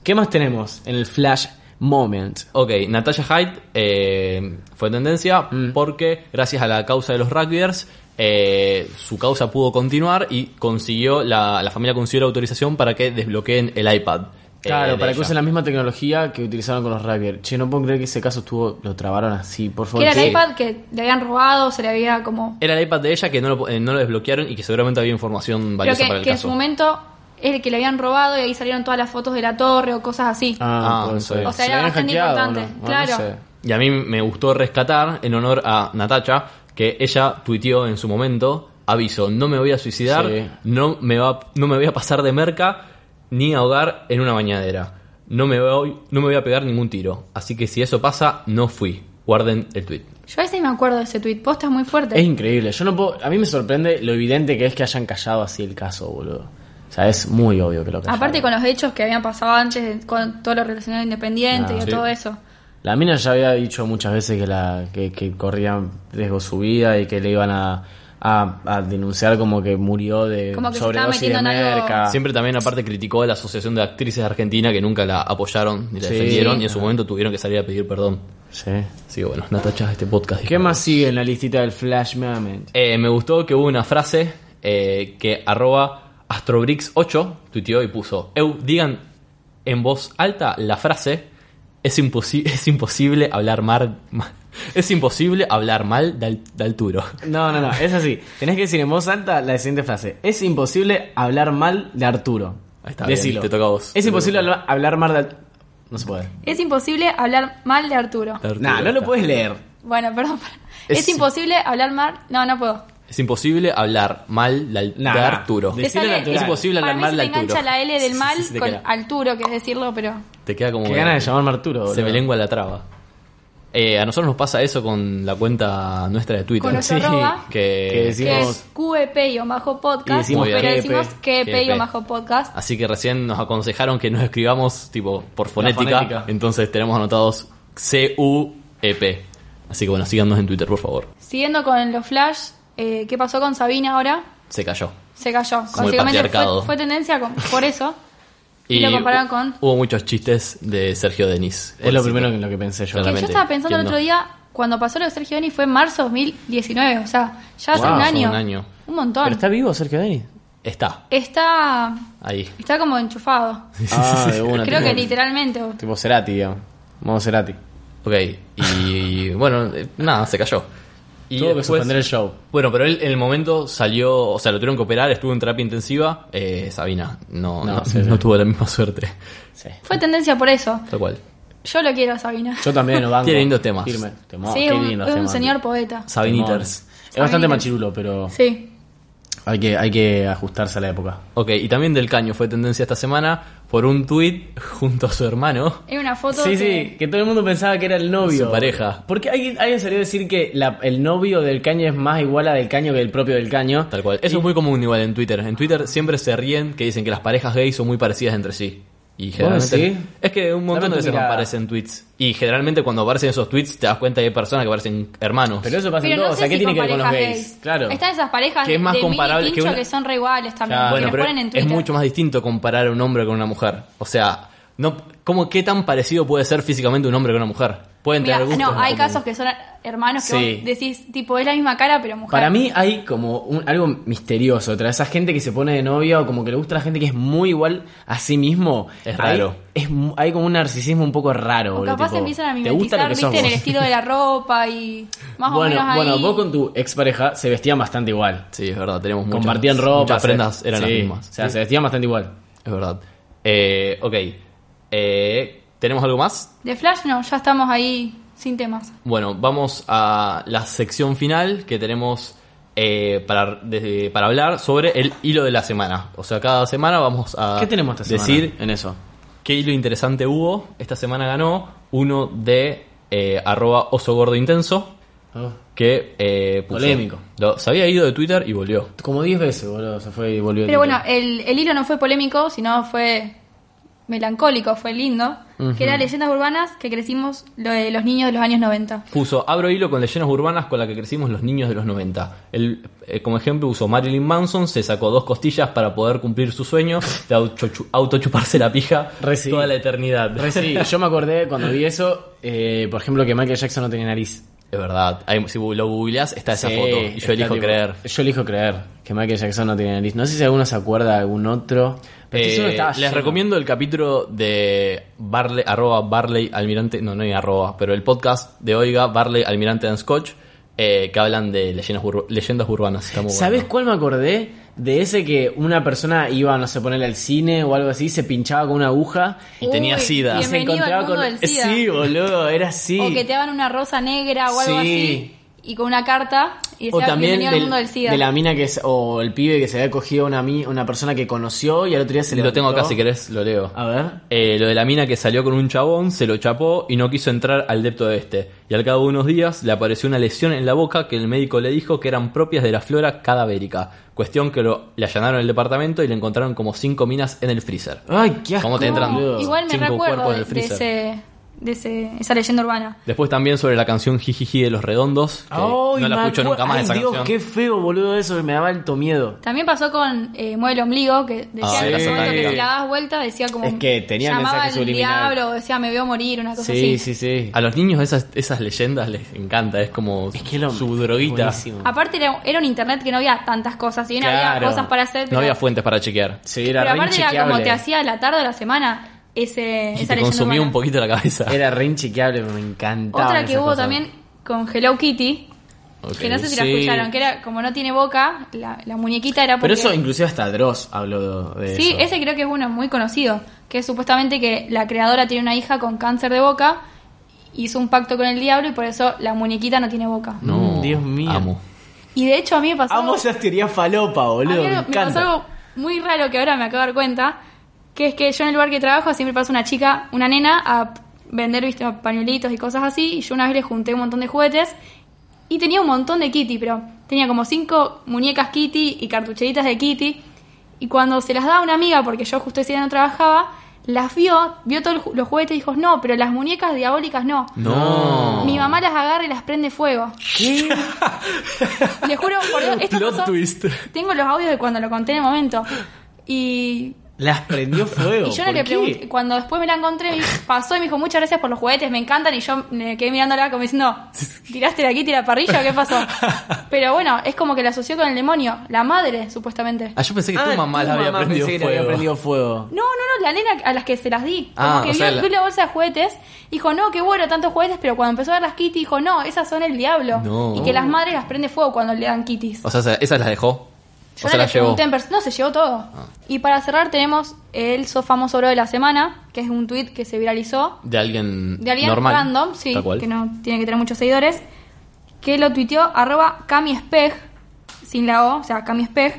Speaker 4: ¿Qué más tenemos en el Flash Moment?
Speaker 5: Ok, Natasha Hyde eh, fue tendencia
Speaker 4: Mm.
Speaker 5: porque gracias a la causa de los rugbyers eh, su causa pudo continuar y consiguió la, la familia consiguió la autorización para que desbloqueen el iPad. eh,
Speaker 4: Claro,
Speaker 5: de
Speaker 4: para que
Speaker 5: ella.
Speaker 4: usen la misma tecnología que utilizaron con los hackers. Che, no puedo creer que ese caso estuvo, lo trabaron así, por favor.
Speaker 3: Que era el
Speaker 4: Sí.
Speaker 3: iPad que le habían robado, se le había como...
Speaker 5: Era el iPad de ella que no lo, eh, no lo desbloquearon y que seguramente había información
Speaker 3: Pero
Speaker 5: valiosa
Speaker 3: que,
Speaker 5: para el
Speaker 3: que en
Speaker 5: caso.
Speaker 3: su momento es el que le habían robado y ahí salieron todas las fotos de la torre o cosas así.
Speaker 4: Ah,
Speaker 5: Ah,
Speaker 4: pues,
Speaker 5: sí. O
Speaker 4: eh,
Speaker 5: sea,
Speaker 4: ¿se
Speaker 3: era
Speaker 4: lo habían
Speaker 3: bastante
Speaker 4: hackeado o
Speaker 3: importante,
Speaker 4: no? Bueno, no
Speaker 3: claro.
Speaker 4: sé.
Speaker 5: Y a mí me gustó rescatar en honor a Natacha, que ella tuiteó en su momento, aviso, no me voy a suicidar,
Speaker 4: Sí.
Speaker 5: no, me va, no me voy a pasar de merca ni a ahogar en una bañadera. No me, voy, no me voy a pegar ningún tiro. Así que si eso pasa, no fui. Guarden el tweet.
Speaker 3: Yo a veces me acuerdo de ese tweet, posta es muy fuerte.
Speaker 4: Es increíble. Yo no puedo. A mí me sorprende lo evidente que es que hayan callado así el caso, boludo. O sea, es muy obvio que lo callaron.
Speaker 3: Aparte con los hechos que habían pasado antes, con todo lo relacionado a Independiente
Speaker 4: Ah,
Speaker 3: y a
Speaker 5: sí.
Speaker 3: todo eso.
Speaker 4: La mina ya había dicho muchas veces que, la, que, que corría riesgo su vida y que le iban a, a- a denunciar como que murió de
Speaker 3: Como que se
Speaker 4: sobredosis
Speaker 3: estaba metiendo
Speaker 4: de
Speaker 3: en algo-
Speaker 4: merca.
Speaker 5: Siempre también aparte criticó a la Asociación de Actrices de Argentina que nunca la apoyaron ni la
Speaker 4: Sí.
Speaker 5: defendieron y en su momento tuvieron que salir a pedir perdón.
Speaker 4: Sí.
Speaker 5: Así que bueno, Natacha, este podcast.
Speaker 4: ¿Qué más sigue en la listita del Flash Moment?
Speaker 5: Eh, me gustó que hubo una frase eh, que arroba astrobrix8 tuiteó y puso, Eu, digan en voz alta la frase, es, imposi- es imposible hablar mal, mal- es imposible hablar mal de, Al- de Arturo".
Speaker 4: No, no, no, es así. Tenés que decir en voz alta la siguiente frase. Es imposible hablar mal de Arturo.
Speaker 5: Ahí está,
Speaker 4: Decilo.
Speaker 5: bien, te toca a vos.
Speaker 4: Es
Speaker 5: Te
Speaker 4: imposible
Speaker 5: toca.
Speaker 4: habla- hablar mal de Arturo. No se puede.
Speaker 3: Es imposible hablar mal de Arturo.
Speaker 5: De Arturo,
Speaker 4: Nah, no lo
Speaker 5: está.
Speaker 4: puedes leer.
Speaker 3: Bueno, perdón. Es,
Speaker 5: Es-
Speaker 3: imposible hablar mal... No, no puedo.
Speaker 5: Es imposible hablar mal de, Al- de
Speaker 4: Nah,
Speaker 5: Arturo.
Speaker 4: de- Decilo natural.
Speaker 5: Es imposible
Speaker 3: para
Speaker 5: hablar
Speaker 3: mí se
Speaker 5: mal de
Speaker 3: te engancha
Speaker 5: Arturo.
Speaker 3: la L del
Speaker 5: Sí,
Speaker 3: mal
Speaker 5: sí, sí, te
Speaker 3: con
Speaker 5: queda.
Speaker 3: Arturo, que es decirlo, pero...
Speaker 5: Te queda como...
Speaker 4: Qué ganas de llamarme Arturo,
Speaker 5: Se me
Speaker 4: boludo.
Speaker 5: lengua la traba. Eh, a nosotros nos pasa eso con la cuenta nuestra de Twitter.
Speaker 3: Con nuestro arroba.
Speaker 5: que,
Speaker 4: Que decimos-
Speaker 3: que es E
Speaker 4: Y
Speaker 3: QEP-podcast,
Speaker 4: decimos
Speaker 5: E
Speaker 3: pero
Speaker 4: QEP.
Speaker 3: decimos E QEP-podcast.
Speaker 5: Así que recién nos aconsejaron que nos escribamos tipo por fonética.
Speaker 4: fonética.
Speaker 5: Entonces tenemos anotados C-U-E-P. Así que bueno, síganos en Twitter, por favor.
Speaker 3: Siguiendo con los flash, eh, ¿qué pasó con Sabina ahora?
Speaker 5: Se cayó.
Speaker 3: Se cayó.
Speaker 5: Como el
Speaker 3: Básicamente
Speaker 5: patriarcado.
Speaker 3: fue, fue tendencia con- por eso. Y lo compararon
Speaker 5: hu-
Speaker 3: con-
Speaker 5: Hubo muchos chistes de Sergio Denis.
Speaker 4: Es lo primero en lo que pensé yo.
Speaker 3: Que yo
Speaker 5: Claramente,
Speaker 3: estaba pensando el
Speaker 5: ¿quién
Speaker 3: otro
Speaker 5: no?
Speaker 3: día, cuando pasó lo de Sergio Denis fue marzo 2019, o sea, ya hace
Speaker 5: Wow,
Speaker 3: un,
Speaker 5: hace
Speaker 3: año,
Speaker 5: un año.
Speaker 3: Un montón.
Speaker 4: ¿Pero
Speaker 3: Está...
Speaker 4: está vivo Sergio Denis?
Speaker 5: Está,
Speaker 3: está
Speaker 5: ahí.
Speaker 3: como enchufado.
Speaker 4: Ah, de una.
Speaker 3: Creo
Speaker 4: tipo,
Speaker 3: que literalmente. o-
Speaker 4: Tipo Cerati, digamos. Modo Cerati.
Speaker 5: Ok, y bueno, eh, nada, se cayó. Y
Speaker 4: Tuvo que
Speaker 5: después-
Speaker 4: suspender el show.
Speaker 5: Bueno, pero él en el momento salió, o sea, lo tuvieron que operar, estuvo en terapia intensiva. Eh, Sabina no,
Speaker 4: No,
Speaker 5: no,
Speaker 4: sí, sí.
Speaker 5: no tuvo la misma suerte.
Speaker 4: Sí.
Speaker 3: Fue tendencia por eso.
Speaker 5: Tal cual.
Speaker 3: Yo lo quiero, Sabina.
Speaker 4: Yo también lo banco.
Speaker 5: Tiene lindos temas.
Speaker 4: Firme. Temón,
Speaker 3: sí,
Speaker 4: qué
Speaker 3: un-
Speaker 4: lindos
Speaker 3: es un
Speaker 4: temas.
Speaker 3: señor poeta.
Speaker 5: Sabiniters.
Speaker 4: Es bastante
Speaker 3: Sabinitas.
Speaker 4: machirulo, pero
Speaker 3: Sí.
Speaker 4: hay que, hay que ajustarse a la época.
Speaker 5: Ok, y también del caño fue tendencia esta semana por un tuit junto a su hermano.
Speaker 3: Era una foto.
Speaker 4: Sí,
Speaker 3: que-
Speaker 4: sí, que todo el mundo pensaba que era el novio.
Speaker 5: Su pareja.
Speaker 4: Porque alguien, alguien salió a decir que la- el novio del caño es más igual a del caño que el propio del caño.
Speaker 5: Tal cual. Eso es muy común igual en Twitter. En Twitter siempre se ríen que dicen que las parejas gays son muy parecidas entre sí. Y generalmente.
Speaker 4: decís?
Speaker 5: Es que un montón
Speaker 4: Dame tu
Speaker 5: de veces
Speaker 4: mirada.
Speaker 5: aparecen tweets. Y generalmente cuando aparecen esos tweets te das cuenta que hay personas que parecen hermanos.
Speaker 4: Pero eso pasa en
Speaker 3: Pero
Speaker 4: todo.
Speaker 3: no
Speaker 4: o sea,
Speaker 3: sé
Speaker 4: ¿qué
Speaker 3: si
Speaker 4: tiene
Speaker 3: con
Speaker 4: que ver con los
Speaker 3: parejas
Speaker 4: gays?
Speaker 3: gays.
Speaker 4: Claro.
Speaker 3: Están esas parejas
Speaker 5: Que es más
Speaker 3: de
Speaker 5: comparable
Speaker 3: mini
Speaker 5: que
Speaker 3: pincho que,
Speaker 5: una-
Speaker 3: son re iguales también.
Speaker 4: Claro.
Speaker 3: que
Speaker 5: bueno,
Speaker 3: nos
Speaker 5: pero
Speaker 3: ponen en
Speaker 5: es
Speaker 3: Twitter.
Speaker 5: mucho más distinto comparar a un hombre con una mujer. O sea, no, ¿cómo, ¿qué tan parecido puede ser físicamente un hombre con una mujer? Pueden
Speaker 3: Mira,
Speaker 5: tener gustos
Speaker 3: no,
Speaker 5: en
Speaker 3: hay
Speaker 5: común.
Speaker 3: casos que son hermanos que
Speaker 4: Sí.
Speaker 3: vos decís, tipo, es la misma cara, pero mujer.
Speaker 4: Para mí hay como un- algo misterioso. Otra esa gente que se pone de novia o como que le gusta a la gente que es muy igual a sí mismo.
Speaker 5: Es
Speaker 4: Hay-
Speaker 5: raro.
Speaker 4: es mu- hay como un narcisismo un poco
Speaker 3: O
Speaker 4: raro. boludo,
Speaker 3: capaz
Speaker 4: tipo,
Speaker 3: empiezan a
Speaker 4: ¿te gusta lo
Speaker 3: mimetizar,
Speaker 4: que
Speaker 3: viste,
Speaker 4: sos
Speaker 3: en el
Speaker 4: vos?
Speaker 3: estilo de la ropa y más
Speaker 4: bueno,
Speaker 3: o menos ahí.
Speaker 4: bueno, vos con tu expareja se vestían bastante igual.
Speaker 5: Sí, es verdad, tenemos muchas,
Speaker 4: Compartían ropa.
Speaker 5: Muchas
Speaker 4: se-
Speaker 5: prendas eran
Speaker 4: sí,
Speaker 5: las mismas.
Speaker 4: O sea, se vestían bastante igual.
Speaker 5: Es verdad. Eh, ok. Eh, ¿Tenemos algo más?
Speaker 3: De Flash no, ya estamos ahí Sin temas.
Speaker 5: Bueno, vamos a la sección final que tenemos eh, para, desde- para hablar sobre el hilo de la semana. O sea, cada semana vamos a
Speaker 4: ¿Qué tenemos esta semana
Speaker 5: Ah, decir
Speaker 4: en eso?
Speaker 5: qué hilo interesante hubo. Esta semana ganó uno de eh, arroba oso gordo intenso
Speaker 4: Ah,
Speaker 5: que eh, puso-
Speaker 4: Polémico.
Speaker 5: Lo- se había ido de Twitter y volvió.
Speaker 4: Como 10 veces, boludo, se fue y volvió.
Speaker 3: Pero
Speaker 4: el
Speaker 3: bueno,
Speaker 4: tipo.
Speaker 3: el, el hilo no fue polémico, sino fue melancólico, fue lindo. Que era leyendas urbanas que crecimos lo de los niños de los años 90.
Speaker 5: Puso Abro hilo con leyendas urbanas con la que crecimos los niños de los 90. El, eh, como ejemplo usó Marilyn Manson, se sacó dos costillas para poder cumplir su sueño de autochu- autochuparse la pija
Speaker 4: Re sí.
Speaker 5: toda la eternidad.
Speaker 4: Re sí, yo me acordé cuando vi eso, eh, por ejemplo, que Michael Jackson no tenía nariz.
Speaker 5: Es verdad. Hay- si lo googleás, está esa
Speaker 4: Sí,
Speaker 5: foto. Y yo
Speaker 4: está
Speaker 5: elijo
Speaker 4: tipo-
Speaker 5: creer.
Speaker 4: Yo elijo creer que Michael Jackson no tenía nariz. No sé si alguno se acuerda de algún otro. Pero estoy
Speaker 5: Eh,
Speaker 4: seguro que estaba
Speaker 5: les
Speaker 4: lleno.
Speaker 5: recomiendo el capítulo de Barley, arroba Barley Almirante, no, no hay arroba, pero el podcast de Oiga, Barley Almirante and Scotch, eh, que hablan de leyendas, ur- leyendas urbanas. Está muy
Speaker 4: ¿Sabes
Speaker 5: bueno.
Speaker 4: cuál me acordé? De ese que una persona iba, no sé, ponerle al cine o algo así, se pinchaba con una aguja
Speaker 5: Y tenía
Speaker 3: Uy,
Speaker 5: sida.
Speaker 4: y
Speaker 3: bien-
Speaker 4: se
Speaker 3: Bienvenido
Speaker 4: encontraba
Speaker 3: al mundo
Speaker 4: con. Eh,
Speaker 3: del SIDA.
Speaker 4: Sí, boludo, era así.
Speaker 3: O que te daban una rosa negra o algo
Speaker 4: Sí.
Speaker 3: así. Y con una carta. Y
Speaker 4: O
Speaker 3: decía,
Speaker 4: también
Speaker 3: bienvenido al
Speaker 4: del-
Speaker 3: mundo del SIDA.
Speaker 4: de la mina que es, o el pibe que se había cogido a una, mi- una persona que conoció y al otro día se
Speaker 5: Lo tengo acá,
Speaker 4: levantó.
Speaker 5: si querés, lo leo.
Speaker 4: A ver.
Speaker 5: Eh, lo de la mina que salió con un chabón, se lo chapó y no quiso entrar al depto de este. Y al cabo de unos días le apareció una lesión en la boca que el médico le dijo que eran propias de la flora cadavérica. Cuestión que lo, le allanaron el departamento y le encontraron como cinco minas en el freezer.
Speaker 4: Ay, qué asco.
Speaker 5: ¿Cómo te entran?
Speaker 4: boludo.
Speaker 3: Igual me
Speaker 5: Cinco
Speaker 3: recuerdo
Speaker 5: cuerpos en
Speaker 3: de,
Speaker 5: el
Speaker 3: de
Speaker 5: freezer.
Speaker 3: ese, de ese- esa leyenda urbana.
Speaker 5: Después también sobre la canción Jijiji de los Redondos. que
Speaker 4: Ay,
Speaker 5: no la
Speaker 4: me
Speaker 5: escucho
Speaker 4: acuer-
Speaker 5: nunca más
Speaker 4: Ay,
Speaker 5: esa
Speaker 4: Dios,
Speaker 5: canción.
Speaker 4: qué feo, boludo, eso. Me daba alto miedo.
Speaker 3: También pasó con eh, Mueve el Ombligo, que decía
Speaker 5: Ah,
Speaker 3: en
Speaker 5: sí.
Speaker 3: ese momento que
Speaker 5: Sí.
Speaker 3: si la dabas vuelta decía como...
Speaker 4: Es que tenía
Speaker 3: Llamaba
Speaker 4: mensaje
Speaker 3: al
Speaker 4: subliminal.
Speaker 3: diablo, decía me veo morir, una cosa
Speaker 4: Sí,
Speaker 3: así.
Speaker 4: sí, sí.
Speaker 5: A los niños esas, esas leyendas les encanta, es como
Speaker 4: Es que lo-
Speaker 5: su droguita.
Speaker 4: buenísimo.
Speaker 3: Aparte era, era un internet que no había tantas cosas, si bien
Speaker 4: Claro.
Speaker 3: había cosas para hacer, pero,
Speaker 5: No había fuentes para chequear.
Speaker 4: Sí,
Speaker 3: pero
Speaker 4: era re
Speaker 3: aparte era como
Speaker 4: inchequeable.
Speaker 3: te hacía la tarde o la semana ese,
Speaker 5: Y
Speaker 3: esa
Speaker 5: te
Speaker 3: leyenda
Speaker 5: consumía
Speaker 3: urbana.
Speaker 5: un poquito la cabeza.
Speaker 4: Era re inchequeable, me encantaba.
Speaker 3: Otra que hubo también con Hello Kitty,
Speaker 5: Ok.
Speaker 3: que no sé si
Speaker 4: Sí.
Speaker 3: la escucharon, que era como no tiene boca, la, la muñequita era
Speaker 4: Pero
Speaker 3: porque...
Speaker 4: eso, inclusive hasta Dross habló de, de
Speaker 3: Sí,
Speaker 4: eso.
Speaker 3: ese creo que es uno muy conocido, que es supuestamente que la creadora tiene una hija con cáncer de boca, hizo un pacto con el diablo y por eso la muñequita no tiene boca.
Speaker 5: No,
Speaker 4: Mm, Dios mío.
Speaker 5: amo.
Speaker 3: Y de hecho a mí me pasó... algo-
Speaker 4: Amo esas teorías falopa,
Speaker 3: a mí
Speaker 4: boludo. me
Speaker 3: algo- me pasó
Speaker 4: encanta.
Speaker 3: algo muy raro que ahora me acabo de dar cuenta, que es que yo en el lugar que trabajo siempre pasa una chica, una nena, a vender viste, pañuelitos y cosas así, y yo una vez le junté un montón de juguetes y tenía un montón de Kitty, pero tenía como cinco muñecas Kitty y cartucheritas de Kitty, y cuando se las daba a una amiga, porque yo justo ese día no trabajaba, las vio, vio todos los ju- los juguetes y dijo, no, pero las muñecas diabólicas no.
Speaker 5: No.
Speaker 3: Mi mamá las agarra y las prende fuego. Les juro, por Dios, esto
Speaker 5: Plot
Speaker 3: pasó-
Speaker 5: twist.
Speaker 3: Tengo los audios de cuando lo conté en el momento. Y,
Speaker 4: Las prendió fuego.
Speaker 3: y yo no
Speaker 4: ¿por
Speaker 3: le
Speaker 4: qué?
Speaker 3: pregunté. Cuando después me la encontré, me pasó y me dijo muchas gracias por los juguetes, me encantan. Y yo me quedé mirándola como diciendo, ¿tiraste la Kitty a la parrilla? o ¿Qué pasó? Pero bueno, es como que la asoció con el demonio, la madre, supuestamente.
Speaker 5: Ah, yo pensé que
Speaker 4: Ah,
Speaker 5: tu mamá la había
Speaker 4: mamá
Speaker 5: prendido
Speaker 4: pensé que
Speaker 5: fuego.
Speaker 4: le había prendido fuego.
Speaker 3: No, no, no, la nena a las que se las di. Como
Speaker 5: Ah,
Speaker 3: que
Speaker 5: o
Speaker 3: vio,
Speaker 5: sea, la-
Speaker 3: vio la bolsa de juguetes, dijo, no, qué bueno, tantos juguetes, pero cuando empezó a ver las Kitty, dijo, no, esas son el diablo.
Speaker 5: No.
Speaker 3: Y que las madres las prende fuego cuando le dan Kitties.
Speaker 5: O sea, se- esas las dejó.
Speaker 3: Yo
Speaker 5: o
Speaker 3: no
Speaker 5: sea,
Speaker 3: le
Speaker 5: las llevó. Ah.
Speaker 3: pregunté en pers- No, se llevó todo. Y para cerrar tenemos el so famoso oro de la semana, que es un tweet que se viralizó
Speaker 5: De alguien,
Speaker 3: de alguien
Speaker 5: normal.
Speaker 3: random, sí,
Speaker 5: Tal cual.
Speaker 3: que no tiene que tener muchos seguidores, que lo tuiteó arroba camiespej, sin la O, o sea, camiespej.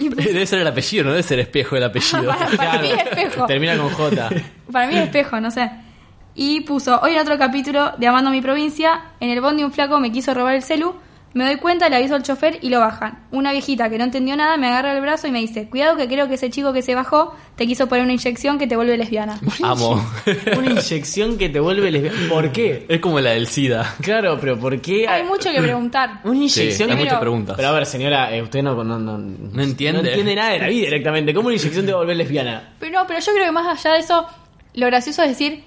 Speaker 3: Y puso-
Speaker 5: Debe ser el apellido, no debe ser espejo el apellido.
Speaker 3: para, para mí es espejo.
Speaker 4: Termina con J.
Speaker 3: Para mí es espejo, no sé. Y puso, hoy en otro capítulo de Amando mi provincia, en el bondi un flaco me quiso robar el celu, me doy cuenta, le aviso al chofer y lo bajan. Una viejita que no entendió nada me agarra el brazo y me dice, cuidado que creo que ese chico que se bajó te quiso poner una inyección que te vuelve lesbiana.
Speaker 5: Amo.
Speaker 4: Una inyección que te vuelve lesbiana. ¿Por qué?
Speaker 5: es como la del SIDA.
Speaker 4: Claro, pero ¿por qué?
Speaker 3: Hay mucho que preguntar.
Speaker 4: Una inyección
Speaker 5: Sí, hay
Speaker 4: que-
Speaker 5: muchas preguntas.
Speaker 4: Pero a ver, señora, eh, usted no, no, no, no
Speaker 5: entiende.
Speaker 4: entiende nada de la vida directamente. ¿Cómo una inyección te va a volver lesbiana?
Speaker 3: Pero no, pero yo creo que más allá de eso, lo gracioso es decir,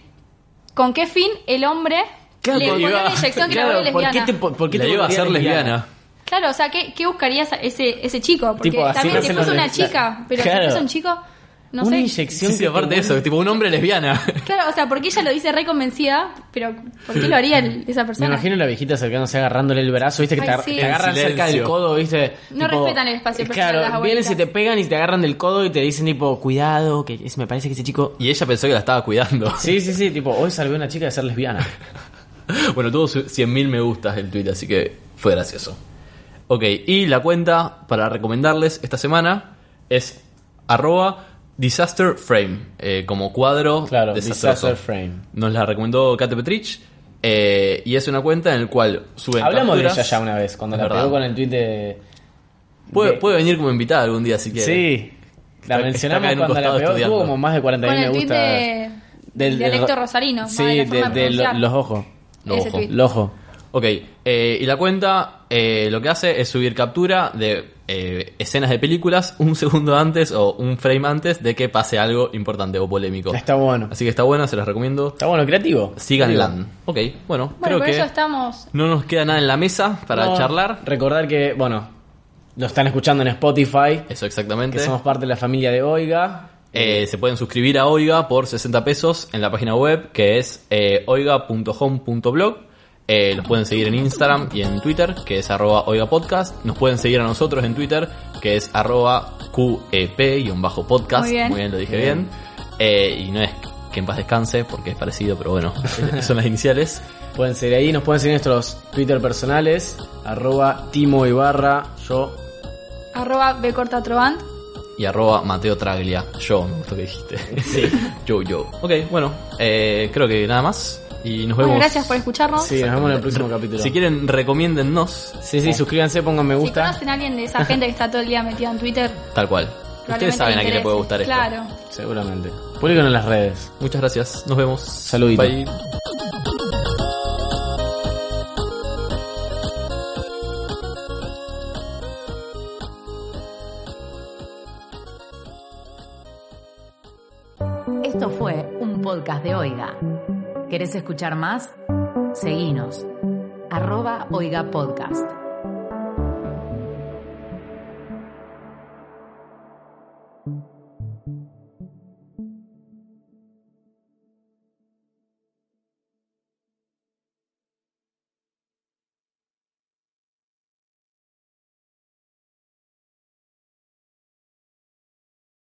Speaker 3: ¿con qué fin el hombre le
Speaker 4: porque-
Speaker 3: pone una inyección que
Speaker 4: claro,
Speaker 3: le vuelve
Speaker 4: ¿por
Speaker 3: lesbiana?
Speaker 4: qué te, po- por qué
Speaker 5: La
Speaker 4: te
Speaker 5: iba a
Speaker 4: volvería
Speaker 5: hacer lesbiana.
Speaker 3: Claro, o sea, ¿qué, qué buscaría esa- ese, ese chico? Porque
Speaker 4: Tipo, así
Speaker 3: también
Speaker 4: no
Speaker 3: si
Speaker 4: se
Speaker 3: fuese
Speaker 4: lo-
Speaker 3: una chica, pero
Speaker 4: Claro.
Speaker 3: si fuese un chico, no
Speaker 4: una
Speaker 3: sé.
Speaker 4: inyección
Speaker 5: Sí, sí,
Speaker 4: que
Speaker 5: aparte
Speaker 4: te
Speaker 5: de eso,
Speaker 4: vuelve-
Speaker 5: tipo un hombre lesbiana.
Speaker 3: Claro, o sea, porque ella lo dice re convencida, pero ¿por qué lo haría el- esa
Speaker 4: Me
Speaker 3: persona?
Speaker 4: imagino la viejita acercándose, agarrándole el brazo, viste, que te,
Speaker 3: Ay,
Speaker 4: agar-
Speaker 3: sí.
Speaker 4: te agarran
Speaker 5: En
Speaker 4: cerca del
Speaker 5: silencio.
Speaker 4: codo, viste.
Speaker 3: No respetan el espacio personal de las
Speaker 4: Claro, vienen,
Speaker 3: abuelitas.
Speaker 4: se te pegan y te agarran del codo y te dicen, tipo, cuidado, que es- me parece que ese chico.
Speaker 5: y ella pensó que la estaba cuidando.
Speaker 4: Sí, sí, sí, tipo, hoy salvé a una chica de ser lesbiana.
Speaker 5: Bueno, tuvo su- 100.000 me gustas el tweet, así que fue gracioso. Ok, y la cuenta para recomendarles esta semana es arroba disaster frame, eh, como cuadro
Speaker 4: Claro,
Speaker 5: desastroso.
Speaker 4: Disaster Frame.
Speaker 5: Nos la recomendó Kate Petrich eh, y es una cuenta en la cual suben
Speaker 4: Hablamos de
Speaker 5: capturas.
Speaker 4: ella ya una vez, cuando
Speaker 5: Es
Speaker 4: la
Speaker 5: verdad.
Speaker 4: pegó con el tweet de.
Speaker 5: Puede,
Speaker 4: de-
Speaker 5: puede venir como invitada algún día si quiere.
Speaker 4: Sí. La
Speaker 5: Está- está
Speaker 4: mencionamos
Speaker 5: acá en un
Speaker 4: cuando la
Speaker 5: costado
Speaker 4: pegó. Tuvo
Speaker 5: estudiando.
Speaker 4: como más de 40.000
Speaker 3: Con
Speaker 4: me
Speaker 3: el tweet
Speaker 4: gusta.
Speaker 3: de- dialecto rosarino, más
Speaker 4: Sí,
Speaker 3: de la forma
Speaker 4: de,
Speaker 3: de
Speaker 4: de lo-
Speaker 3: pronunciar.
Speaker 4: los ojos.
Speaker 5: Lo
Speaker 3: Ese
Speaker 5: ojo.
Speaker 3: tweet.
Speaker 4: Los ojos.
Speaker 5: Ok, eh, y la cuenta eh, lo que hace es subir captura de eh, escenas de películas un segundo antes o un frame antes de que pase algo importante o polémico.
Speaker 4: Está bueno.
Speaker 5: Así que está buena, se las recomiendo.
Speaker 4: Está bueno, creativo.
Speaker 5: Síganla. Ok, bueno,
Speaker 3: Bueno,
Speaker 5: creo
Speaker 3: por eso
Speaker 5: que
Speaker 3: estamos.
Speaker 5: no nos queda nada en la mesa para
Speaker 4: No,
Speaker 5: charlar.
Speaker 4: Recordar que, bueno, nos están escuchando en Spotify,
Speaker 5: Eso
Speaker 4: que
Speaker 5: exactamente.
Speaker 4: somos parte de la familia de Oiga.
Speaker 5: Eh, se pueden suscribir a Oiga por 60 pesos en la página web que es eh, oiga.home.blog. Eh, los pueden seguir en Instagram y en Twitter que es arroba oigapodcast. Nos pueden seguir a nosotros en Twitter que es arroba E qep-podcast.
Speaker 3: Muy bien.
Speaker 5: lo dije bien. Eh, y no es que en paz descanse porque es parecido, pero bueno, son las iniciales.
Speaker 4: Pueden seguir ahí, nos pueden seguir en nuestros Twitter personales, arroba Timo Ibarra, yo.
Speaker 3: Arroba B corta Trovant.
Speaker 5: Y arroba Mateo Traglia. Yo, me gustó que dijiste. Sí. yo, yo. Ok, bueno, eh, creo que nada más. Y nos
Speaker 3: Bueno,
Speaker 5: vemos.
Speaker 3: gracias por escucharnos.
Speaker 4: Sí, nos vemos en el próximo capítulo.
Speaker 5: Si quieren, recomiéndennos.
Speaker 4: Sí, sí, suscríbanse, pongan me
Speaker 3: Si
Speaker 4: gusta.
Speaker 3: conocen a alguien de esa gente que está todo el día metida en Twitter,
Speaker 5: Tal cual.
Speaker 3: probablemente
Speaker 5: Ustedes saben a
Speaker 3: le
Speaker 5: quién le puede
Speaker 3: interese.
Speaker 5: gustar esto.
Speaker 3: Claro.
Speaker 4: Seguramente. Público en las redes.
Speaker 5: Muchas gracias. Nos vemos.
Speaker 4: Saludito.
Speaker 5: Bye.
Speaker 1: Esto fue un podcast de Oiga. ¿Querés escuchar más? Seguinos. Arroba Oiga Podcast.